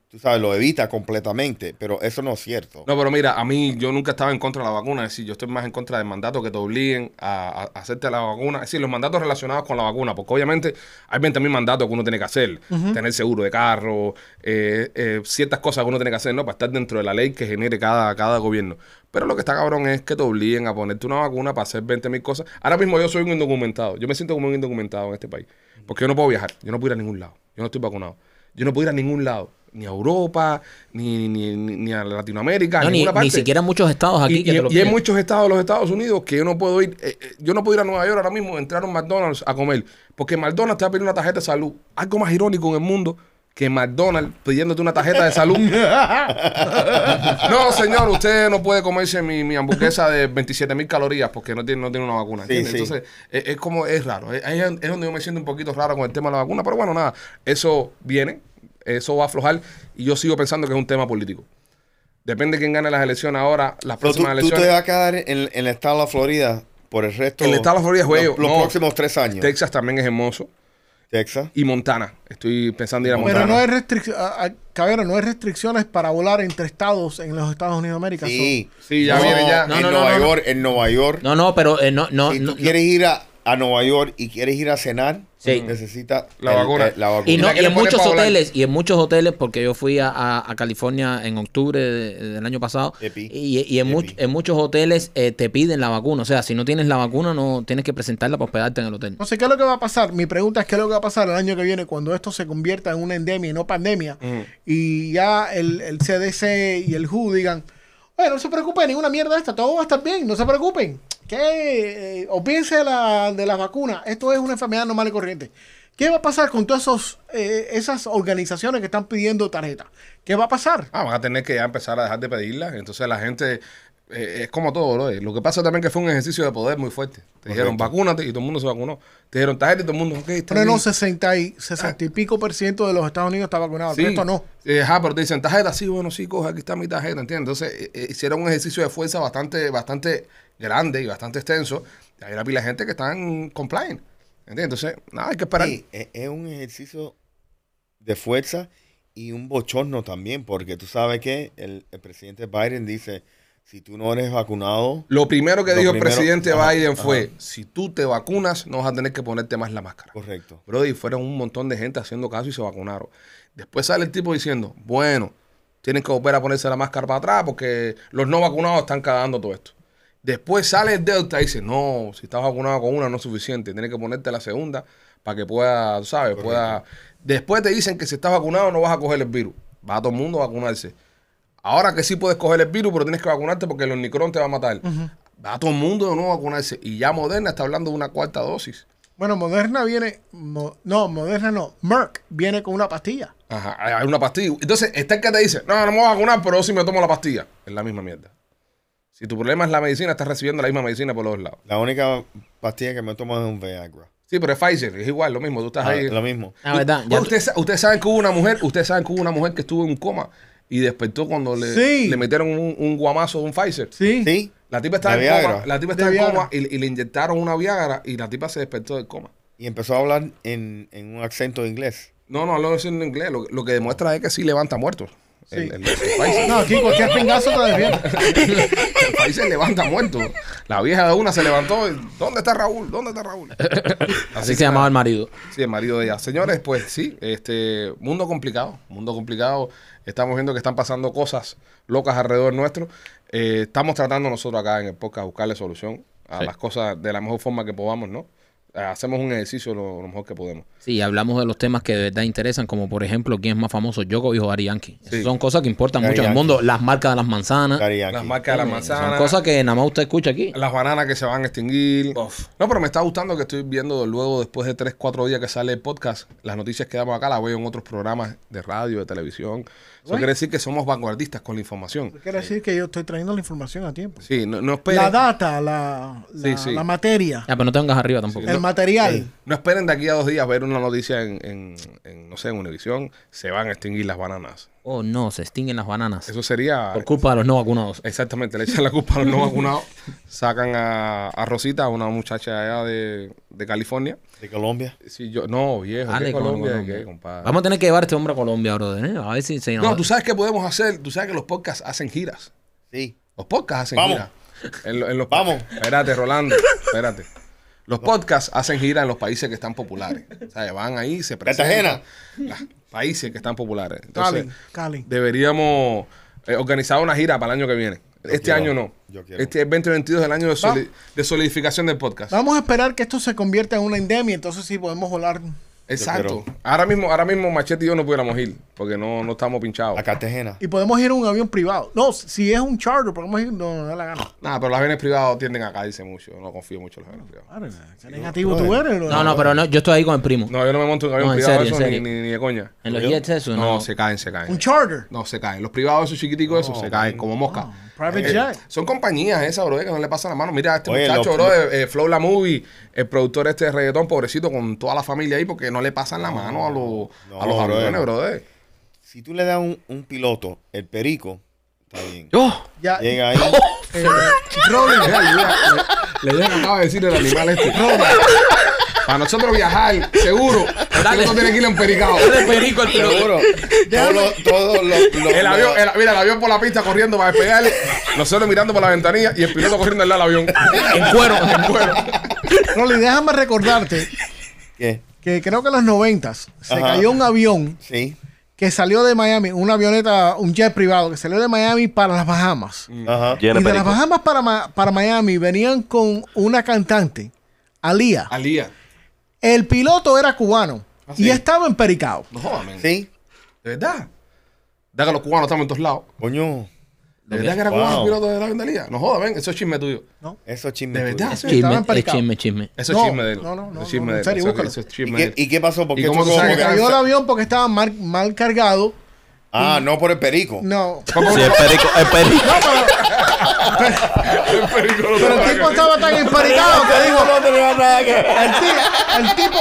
Tú sabes, lo evita completamente, pero eso no es cierto. No, pero mira, a mí yo nunca estaba en contra de la vacuna. Es decir, yo estoy más en contra del mandato que te obliguen a, a- a hacerte la vacuna. Es decir, los mandatos relacionados con la vacuna, porque obviamente hay 20.000 mandatos que uno tiene que hacer. Tener seguro de carro, eh, eh, ciertas cosas que uno tiene que hacer, ¿no? Para estar dentro de la ley que genere cada, cada gobierno. Pero lo que está cabrón es que te obliguen a ponerte una vacuna para hacer 20.000 cosas. Ahora mismo yo soy un indocumentado. Yo me siento como un indocumentado en este país. Porque yo no puedo viajar. Yo no puedo ir a ningún lado. Yo no estoy vacunado. Yo no puedo ir a ningún lado. Ni a Europa, ni, ni, ni- ni a Latinoamérica, a No, ni, ninguna parte. ni siquiera muchos estados aquí Y, que y- te lo y hay piden. muchos estados de los Estados Unidos que yo no puedo ir. eh, eh, yo no puedo ir a Nueva York ahora mismo, entrar a un McDonald's a comer. Porque McDonald's te va a pedir una tarjeta de salud. Algo más irónico en el mundo que McDonald's pidiéndote una tarjeta de salud. no, señor, usted no puede comerse mi, mi hamburguesa de 27 mil calorías porque no tiene, no tiene una vacuna. Sí, ¿entiendes? sí. Entonces, e, es, es como, es raro. Es, ahí es es donde yo me siento un poquito raro con el tema de la vacuna. Pero bueno, nada, eso viene, eso va a aflojar y yo sigo pensando que es un tema político. Depende de quién gane las elecciones ahora, las Pero tú, próximas tú te elecciones. vas a quedar en, en el estado de la Florida por el resto El estado de la Florida es los- bello. Los, No. próximos tres años. Texas también es hermoso. Texas. Y Montana. Estoy pensando en ir a Montana. Pero no hay restricciones, cabrón, no hay restricciones para volar entre estados en los Estados Unidos de América. Sí. Sí, ya No, viene ya. No, en no, no, Nueva no, no. York, en Nueva York. No, no, pero eh, no, no, si tú no- quieres ir a, a Nueva York y quieres ir a cenar, Sí. necesitas La vacuna. la vacuna. Y, no- La que y le en ponen muchos pa' volar. hoteles, y en muchos hoteles, porque yo fui a, a- a California en octubre de- del año pasado, Epi. y, y en, Epi. much- en muchos hoteles eh, te piden la vacuna. O sea, si no tienes la vacuna, no tienes que presentarla para hospedarte en el hotel. No sé qué es lo que va a pasar. Mi pregunta es qué es lo que va a pasar el año que viene cuando esto se convierta en una endemia y no pandemia. Y ya el, el CDC y el WHO digan, oye, no se preocupen, ninguna mierda de esta, todo va a estar bien, no se preocupen. Que olvídense de, la, de las vacunas, esto es una enfermedad normal y corriente. ¿Qué va a pasar con todas esos, eh, esas organizaciones que están pidiendo tarjetas? ¿Qué va a pasar? Ah, van a tener que ya empezar a dejar de pedirlas. Entonces la gente. eh, es como todo, bro. Lo que pasa también que fue un ejercicio de poder muy fuerte. Te dijeron, vacúnate y todo el mundo se vacunó. Te dijeron, tarjeta y todo el mundo, ok, está Pero no, bien". 60 y, 60 y pico por ciento de los Estados Unidos está vacunado, el resto no. Eh, ajá, pero te dicen, tarjeta, sí, bueno, sí, coge, aquí está mi tarjeta, ¿entiendes? Entonces, eh, eh, hicieron un ejercicio de fuerza bastante, bastante grande y bastante extenso. Y hay una pila de gente que están compliant, ¿entiendes? Entonces, nada, hay que esperar. Sí, es, e, es un ejercicio de fuerza y un bochorno también, porque tú sabes que el, el presidente Biden dice, si tú no eres vacunado, Lo primero que Lo dijo el primero- presidente ajá, Biden ajá. fue, si tú te vacunas, no vas a tener que ponerte más la máscara. correcto. Brody, fueron un montón de gente haciendo caso y se vacunaron. Después sale el tipo diciendo, bueno, tienen que volver a ponerse la máscara para atrás porque los no vacunados están cagando todo esto. Después sale el Delta y dice, no, si estás vacunado con una no es suficiente, tienes que ponerte la segunda para que pueda, tú ¿sabes? Pueda... Después te dicen que si estás vacunado no vas a coger el virus. Va todo el mundo a vacunarse. Ahora que sí puedes coger el virus, pero tienes que vacunarte porque el Omicron te va a matar. Va todo el mundo de nuevo a vacunarse. Y ya Moderna está hablando de una cuarta dosis. Bueno, Moderna viene. mo- no, Moderna no. Merck viene con una pastilla. Ajá, hay- hay una pastilla. Entonces, está el que te dice, no, no me voy a vacunar, pero yo sí me tomo la pastilla. Es la misma mierda. Si tu problema es la medicina, estás recibiendo la misma medicina por los dos lados. La única pastilla que me tomo es un Viagra. Sí, pero es Pfizer, es igual, lo mismo, tú estás Ah, ahí. lo mismo. La verdad, ya Bueno, ustedes, sa- ustedes saben que hubo una mujer, ustedes saben que hubo una mujer que estuvo en un coma y despertó cuando le, Sí. le metieron un, un guamazo de un Pfizer. Sí. Sí, La tipa estaba De en coma, Viagra. la tipa De estaba en Viagra. coma y, y le inyectaron una Viagra y la tipa se despertó del coma. y empezó a hablar en, en un acento inglés. No, no, lo dicen en inglés. Lo, lo que demuestra es que sí levanta muertos. El- el- el Pfizer. No, aquí cualquier pingazo te defiende. El país se levanta muerto. La vieja de una se levantó. y, ¿Dónde está Raúl? ¿Dónde está Raúl? así se llamaba el marido. Sí, el marido de ella. Señores, pues sí, este mundo complicado, mundo complicado. Estamos viendo que están pasando cosas locas alrededor nuestro. Eh, estamos tratando nosotros acá en el podcast buscarle solución a las cosas de la mejor forma que podamos, ¿no? Hacemos un ejercicio lo, lo mejor que podemos. Sí, hablamos de los temas que de verdad interesan, como por ejemplo, quién es más famoso, Djokovic o Ari Yankee. Esas Sí. Son cosas que importan Daddy mucho al Yankee. mundo. Las marcas de las manzanas. Daddy Yankee. Las marcas de la Son manzana. cosas que nada más usted escucha aquí. Las bananas que se van a extinguir. No, pero me está gustando que estoy viendo luego, después de 3, 4 días que sale el podcast, las noticias que damos acá las veo en otros programas de radio, de televisión. Eso Bueno. quiere decir que somos vanguardistas con la información. Quiere decir que yo estoy trayendo la información a tiempo. Sí, no, no esperen. la data, la, la, Sí, sí. la materia, Ya, pero no te vengas arriba tampoco. el material. No esperen de aquí a dos días ver una noticia en, en- en, no sé, en Univisión. Se van a extinguir las bananas. Oh, no, se extinguen las bananas. Eso sería... por culpa de los no vacunados. Exactamente, le echan la culpa a los no vacunados. Sacan a, a Rosita, una muchacha allá de, de California. de Colombia. Sí, yo, no, viejo, ¿qué Dale, Colombia, Ah, Colombia. ¿Qué, compadre? Vamos a tener que llevar a este hombre a Colombia, brother. ¿eh? A ver si se nos- No, tú sabes qué podemos hacer. Tú sabes que los podcasts hacen giras. Sí. Los podcasts hacen Vamos. giras. En, lo- en los, Vamos. Espérate, Rolando. Espérate. Los podcasts hacen giras en los países que están populares. O sea, van ahí, se presentan. Cartagena. Los países que están populares. Entonces, Cali, Cali. deberíamos eh, organizar una gira para el año que viene. este quiero, año no. yo quiero. Este 2022 es el año de, soli- de solidificación del podcast. Vamos a esperar que esto se convierta en una endemia, entonces sí podemos volar. Exacto. Yo quiero. Ahora mismo, ahora mismo Machete y yo no pudiéramos ir porque no, no estamos pinchados. A Cartagena. Y podemos ir en un avión privado. No, si es un charter, podemos ir donde nos da la gana. Nada, pero los aviones privados tienden acá, dice mucho. No confío mucho en los aviones privados. Madre mía, qué negativo tú eres. bro. No, no, pero no, yo estoy ahí con el primo. No, yo no me monto en avión No, en privado serio, eso en ni, serio. ni- ni de coña. En los ¿Yo? jets eso, No, no. se caen, se caen. Un charter. No, se caen. Los privados esos chiquiticos esos se caen como mosca. Private Eh, jet. son compañías esas, bro, eh, que no le pasan la mano. Mira, este Oye, muchacho, los- bro, eh, eh, Flow La Movie, el productor este de reggaetón, pobrecito, con toda la familia ahí, porque no le pasan la mano a los, No, a los brother. aviones, bro. eh. Si tú le das un, un piloto, el perico, está bien. ¡Oh! Ya, Llega ahí. eh, Le dije que acaba de decir el animal este. Para nosotros viajar, seguro, Dale. el no tiene que ir empericado. El perico, el piloto. Seguro. Todos los- todos los- los- El avión, el- mira, el avión por la pista corriendo para despegar, nosotros mirando por la ventanilla y el piloto corriendo al lado del avión. En cuero. en Bueno, cuero. Rolly, déjame recordarte ¿Qué? que creo que en los noventas se Ajá. cayó un avión Sí. que salió de Miami, una avioneta, un jet privado que salió de Miami para las Bahamas. Mm. Ajá. Llena y de las perico. Bahamas para, Ma- para Miami venían con una cantante, Alía. Alía. El piloto era cubano Ah, y estaba en Pericao. No jodas, men. Sí. De verdad. Da que los cubanos estamos en todos lados. Coño. De verdad que era cubano el Wow. piloto de la ventanilla. No jodas, ven. Eso es chisme tuyo. Eso es chisme. De tuyo. verdad. Es Sí, estaba chisme, es emparicado. chisme, chisme. Eso es No, chisme de él. no, no, no, Eso es chisme no, de en él. serio, Eso- búscalo. eso es ¿Y chisme de qué, él. y qué pasó? ¿Por ¿Y qué cómo tú chocó? sabes Se que- Porque- cayó el avión porque estaba mal, mal cargado. Ah, no por el perico. No. ¿Cómo- Sí, el perico, el perico. el perico no Pero sabe el tipo que- estaba tan emparicado que dijo, no tenía nada que ver. el, ti- el tipo,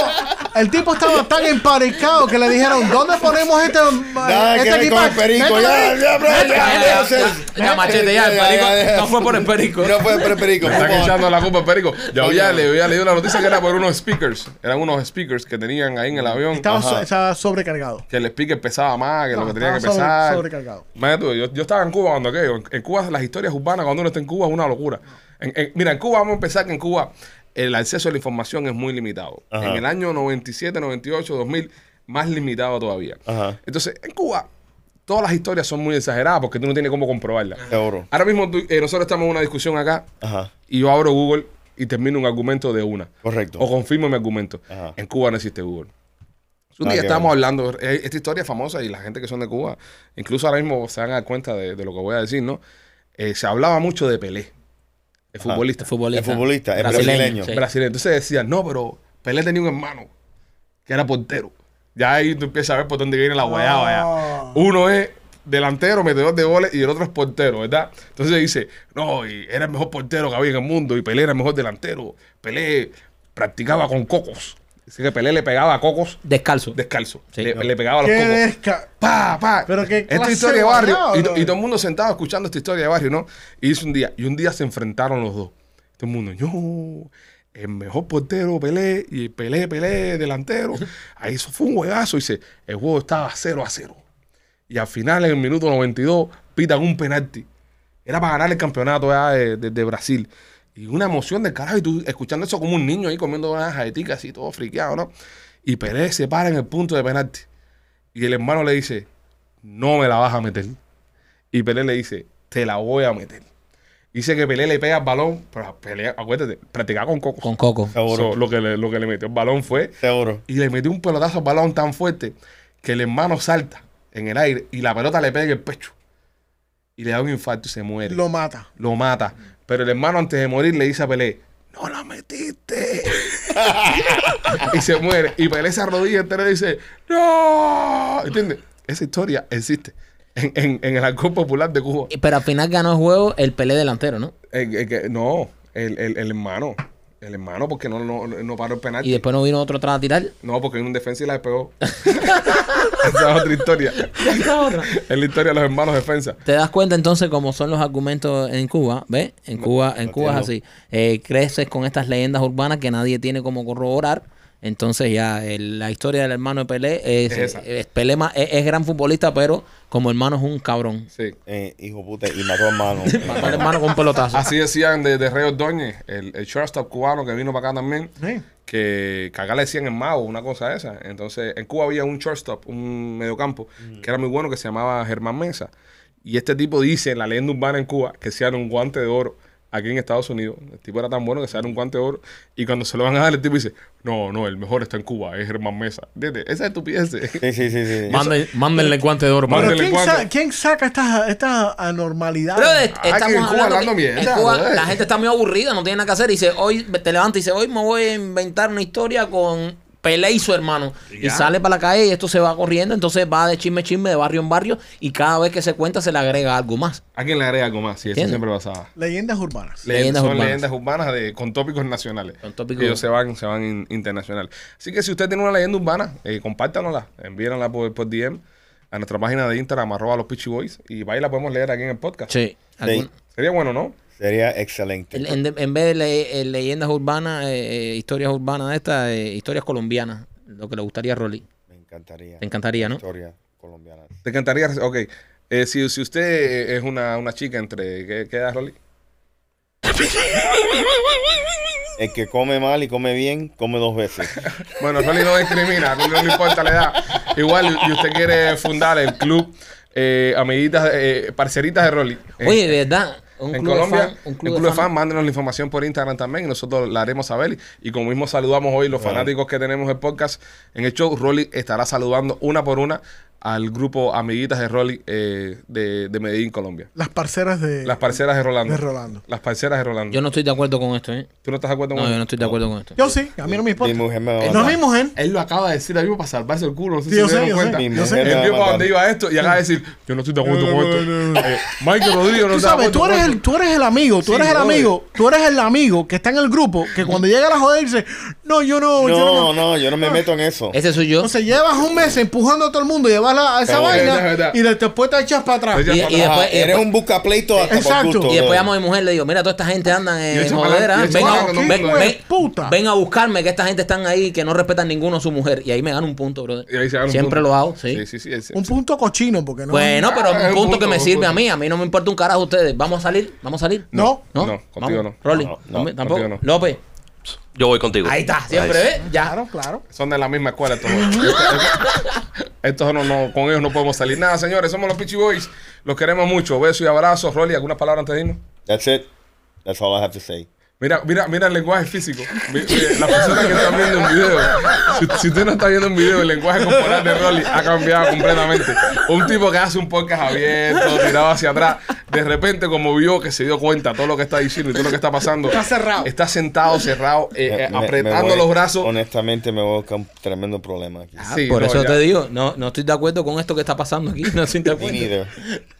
el tipo estaba tan emparicado que le dijeron, ¿dónde ponemos este, Nada este que ver con el equipaje? perico. Mételo Ya, ahí". ya, bro, ya, ya, ya, ya, ya, machete, ya, el perico, no fue por el perico. No fue por el perico. Me están echando la culpa al perico. Yo había, Coño. le había leído la noticia que era por unos speakers. Eran unos speakers que tenían ahí en el avión. Estaba, Ajá. so- estaba sobrecargado. Que el speaker pesaba más que lo No, que tenía que estaba sobre- pesar. sobrecargado. Imagínate tú, yo, yo estaba en Cuba cuando aquello. En, en Cuba las historias urbanas cuando uno está en Cuba es una locura. En- en- mira, en Cuba vamos a empezar que en Cuba el acceso a la información es muy limitado. Ajá. En el año 97, 98, 2000, más limitado todavía. Ajá. Entonces, en Cuba todas las historias son muy exageradas porque tú no tienes cómo comprobarlas. Seguro. Ahora mismo tú- eh, nosotros estamos en una discusión acá Ajá. y yo abro Google y termino un argumento de una. Correcto. O confirmo mi argumento. Ajá. En Cuba no existe Google. Un Nada día que estábamos ver. hablando, eh, esta historia es famosa y la gente que son de Cuba, incluso ahora mismo se van a dar cuenta de, de lo que voy a decir, ¿no? Eh, se hablaba mucho de Pelé, el futbolista Este futbolista. El futbolista, el brasileño. sí. brasileño. Entonces decían, no, pero Pelé tenía un hermano que era portero. Ya ahí tú empiezas a ver por dónde viene la guayaba. ya. Ah. Uno es delantero, metedor de goles y el otro es portero, ¿verdad? Entonces dice, no, y era el mejor portero que había en el mundo y Pelé era el mejor delantero. Pelé practicaba con cocos. Dice que Pelé le pegaba a cocos Descalzo. descalzo. Sí. le, le pegaba a los Qué cocos. desca- ¡Pa, pa! Pero qué Esta clase historia de de barrio. guayaba, y, to- brother. y todo el mundo sentado escuchando esta historia de barrio, ¿no? Y hizo un día. Y un día se enfrentaron los dos. Todo el mundo, yo, el mejor portero, Pelé, y Pelé, Pelé, delantero. Ahí eso fue un juegazo. Dice, el juego estaba 0 a 0. Y al final, en el minuto 92, pitan un penalti. Era para ganar el campeonato ya de, de- de Brasil. Y una emoción del carajo. Y tú escuchando eso como un niño ahí comiendo unas jaeticas así, todo friqueado, ¿no? Y Pelé se para en el punto de penalti. Y el hermano le dice, no me la vas a meter. Y Pelé le dice, te la voy a meter. Dice que Pelé le pega el balón, pero Pelé, acuérdate, practicaba con cocos. Con Coco. Seguro. So, lo, que le, lo que le metió el balón fue. Seguro. Y le metió un pelotazo al balón tan fuerte que el hermano salta en el aire y la pelota le pega en el pecho. Y le da un infarto y se muere. Lo mata. Lo mata. Pero el hermano antes de morir le dice a Pelé, no la metiste. y se muere. Y Pelé se arrodilla entera y dice, no. ¿Entiendes? Esa historia existe en, en- en el alcohol popular de Cuba. Y- Pero al final ganó el juego el Pelé delantero, ¿no? El- el que- no, el, el- el hermano. El hermano porque no, no, no paró el penal. Y después no vino otro atrás a tirar. No, porque en un defensa y la despegó. Esa es otra historia. Es la historia de los hermanos defensa. Te das cuenta entonces cómo son los argumentos en Cuba, ¿ves? En Cuba, en Cuba es así. Eh, creces con estas leyendas urbanas que nadie tiene como corroborar. Entonces ya el- la historia del hermano de Pelé es, Es esa. es- Pelé ma- es, es gran futbolista, pero como hermano es un cabrón. Sí. Eh, hijo puta, y mató a mano. Mató al hermano con un pelotazo. Así decían de, de Rey Ordóñez, el, el shortstop cubano que vino para acá también, Sí. que, que acá le decían el mago, una cosa de esa. Entonces, en Cuba había un shortstop, un mediocampo, que era muy bueno, que se llamaba Germán Mesa. Y este tipo dice en la leyenda urbana en Cuba que se era un guante de oro aquí en Estados Unidos. El tipo era tan bueno que se era un guante de oro. Y cuando se lo van a dar, el tipo dice, no, no, el mejor está en Cuba, es Germán Mesa. ¿Entiendes? Esa estupidez. Sí, sí, sí, sí. Manden- mándenle el guante de oro. Mándenle- Pablo. Pero Mándale ¿quién, cuatro. sa- quién saca estas estas anormalidades? Pero est- Ah, que estamos en Cuba hablando hablando que mierda, en Cuba brother. la gente está muy aburrida, no tiene nada que hacer. Y dice, hoy te levanta y dice, hoy me voy a inventar una historia con Pelé y su hermano. Y sale para la calle y esto se va corriendo. Entonces va de chisme a chisme, de barrio en barrio. Y cada vez que se cuenta se le agrega algo más. ¿A quién le agrega algo más? Sí, eso ¿Entiendes? siempre pasaba. Leyendas urbanas. Leyendas Leyendas son urbanas. leyendas urbanas de, con tópicos nacionales. Con tópicos- Ellos se van, se van in- internacionales. Así que si usted tiene una leyenda urbana, eh, compártanosla, envíenla por, por DM a nuestra página de Instagram, arroba los Peachy Boys, y ahí la podemos leer aquí en el podcast. Sí. Sí. Sería bueno, ¿no? Sería excelente. En, en- en vez de le- eh, leyendas urbanas, eh, eh, historias urbanas de estas, eh, historias colombianas. Lo que le gustaría a Rolly. Me encantaría. Te encantaría, ¿no? Historia colombiana. Te encantaría. Ok. Eh, si, si usted eh, es una, una chica entre. ¿Qué, qué edad, Rolly? El que come mal y come bien, come dos veces. Bueno, Rolly no discrimina, Rolly no le importa la edad. Igual, y usted quiere fundar el club eh, Amiguitas, eh, Parceritas de Rolly. Eh, Oye, de verdad. Un en club Colombia, de fan, un club, de fan, fan. mándenos la información por Instagram también y nosotros la haremos saber. Y como mismo saludamos hoy los Bueno. fanáticos que tenemos el podcast en el show, Rolly estará saludando una por una al grupo Amiguitas de Rolly eh, de, de Medellín, Colombia. Las parceras de, Las parceras de Rolando. de Rolando. Las parceras de Rolando. Yo no estoy de acuerdo con esto, ¿eh? ¿Tú no estás de acuerdo No, con yo no él? estoy de acuerdo con esto. Yo sí, a mí no me importa. Mi mujer me va a Eh, no es matar. mi mujer. Él lo acaba de decir a mismo para salvarse el culo. No sé Sí, yo se sé, dieron yo cuenta. sé, Mi yo sé. mujer me Él va a vio para matar. dónde iba esto y acaba de decir, yo no estoy de acuerdo con esto. Eh, Michael Rodríguez no Tú está de sabes, acuerdo tú con eres esto. el, tú eres el amigo, tú Sí, eres el brother. amigo, tú eres el amigo que está en el grupo, que cuando llega la joder dice, no, yo no, yo No, no, yo no me meto en eso. Ese soy yo. Entonces llevas un mes empujando a todo el mundo, llevas la- a esa Pero vaina es verdad. y de- después te echas para atrás. Te echas Y- para y Ajá, después- y Ah, eres después- un buscapleito hasta Exacto. por gusto. Todo. Y después brother. llamo a mi mujer y le digo, mira, toda esta gente anda Y en echa jodera. pa'lante, y echa Ven, a- pa'lante, ven- hijo de ven- puta. ven a buscarme que esta gente están ahí que no respetan ninguno a su mujer. Y ahí me gano un punto, brother. Y ahí se gana un Siempre punto. lo hago, sí. Sí, sí, sí. él se- Un punto cochino, porque no. Bueno, pero Ah, es un un punto punto, que me un sirve punto. a mí. A mí no me importa un carajo ustedes. ¿Vamos a salir? ¿Vamos a salir? No. ¿No? No, contigo Vamos. no. Rolly, No, no, hombre, tampoco. contigo no. López, Yo voy contigo. ahí está. Siempre, Ahí. ¿ves? Ya. Claro, claro. Son de la misma escuela todos. Estos- este, Estos no, no, con ellos no podemos salir. Nada, señores, somos los Pitchy Boys. Los queremos mucho. Besos y abrazos. Rolly, ¿alguna palabra antes de irnos? That's it. That's all I have to say. Mira, mira, mira el lenguaje físico. Mi- mi- La persona que está viendo un video. Si, si usted no está viendo un video, el lenguaje corporal de Rolly ha cambiado completamente. Un tipo que hace un podcast abierto, tirado hacia atrás. De repente, como vio que se dio cuenta todo lo que está diciendo y todo lo que está pasando. Está cerrado. Está sentado, cerrado, eh, Me- eh, me- me apretando voy- los brazos. Honestamente, me voy a buscar un tremendo problema aquí. Ah, Sí, Por no, eso ya. te digo, no, no estoy de acuerdo con esto que está pasando aquí. No estoy de Me acuerdo. neither.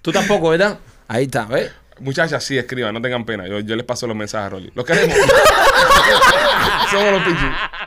Tú tampoco, ¿verdad? Ahí está, ¿ves? Muchachas, sí, escriban, no tengan pena. Yo, yo les paso los mensajes a Rolly. Los queremos. Somos los pichis.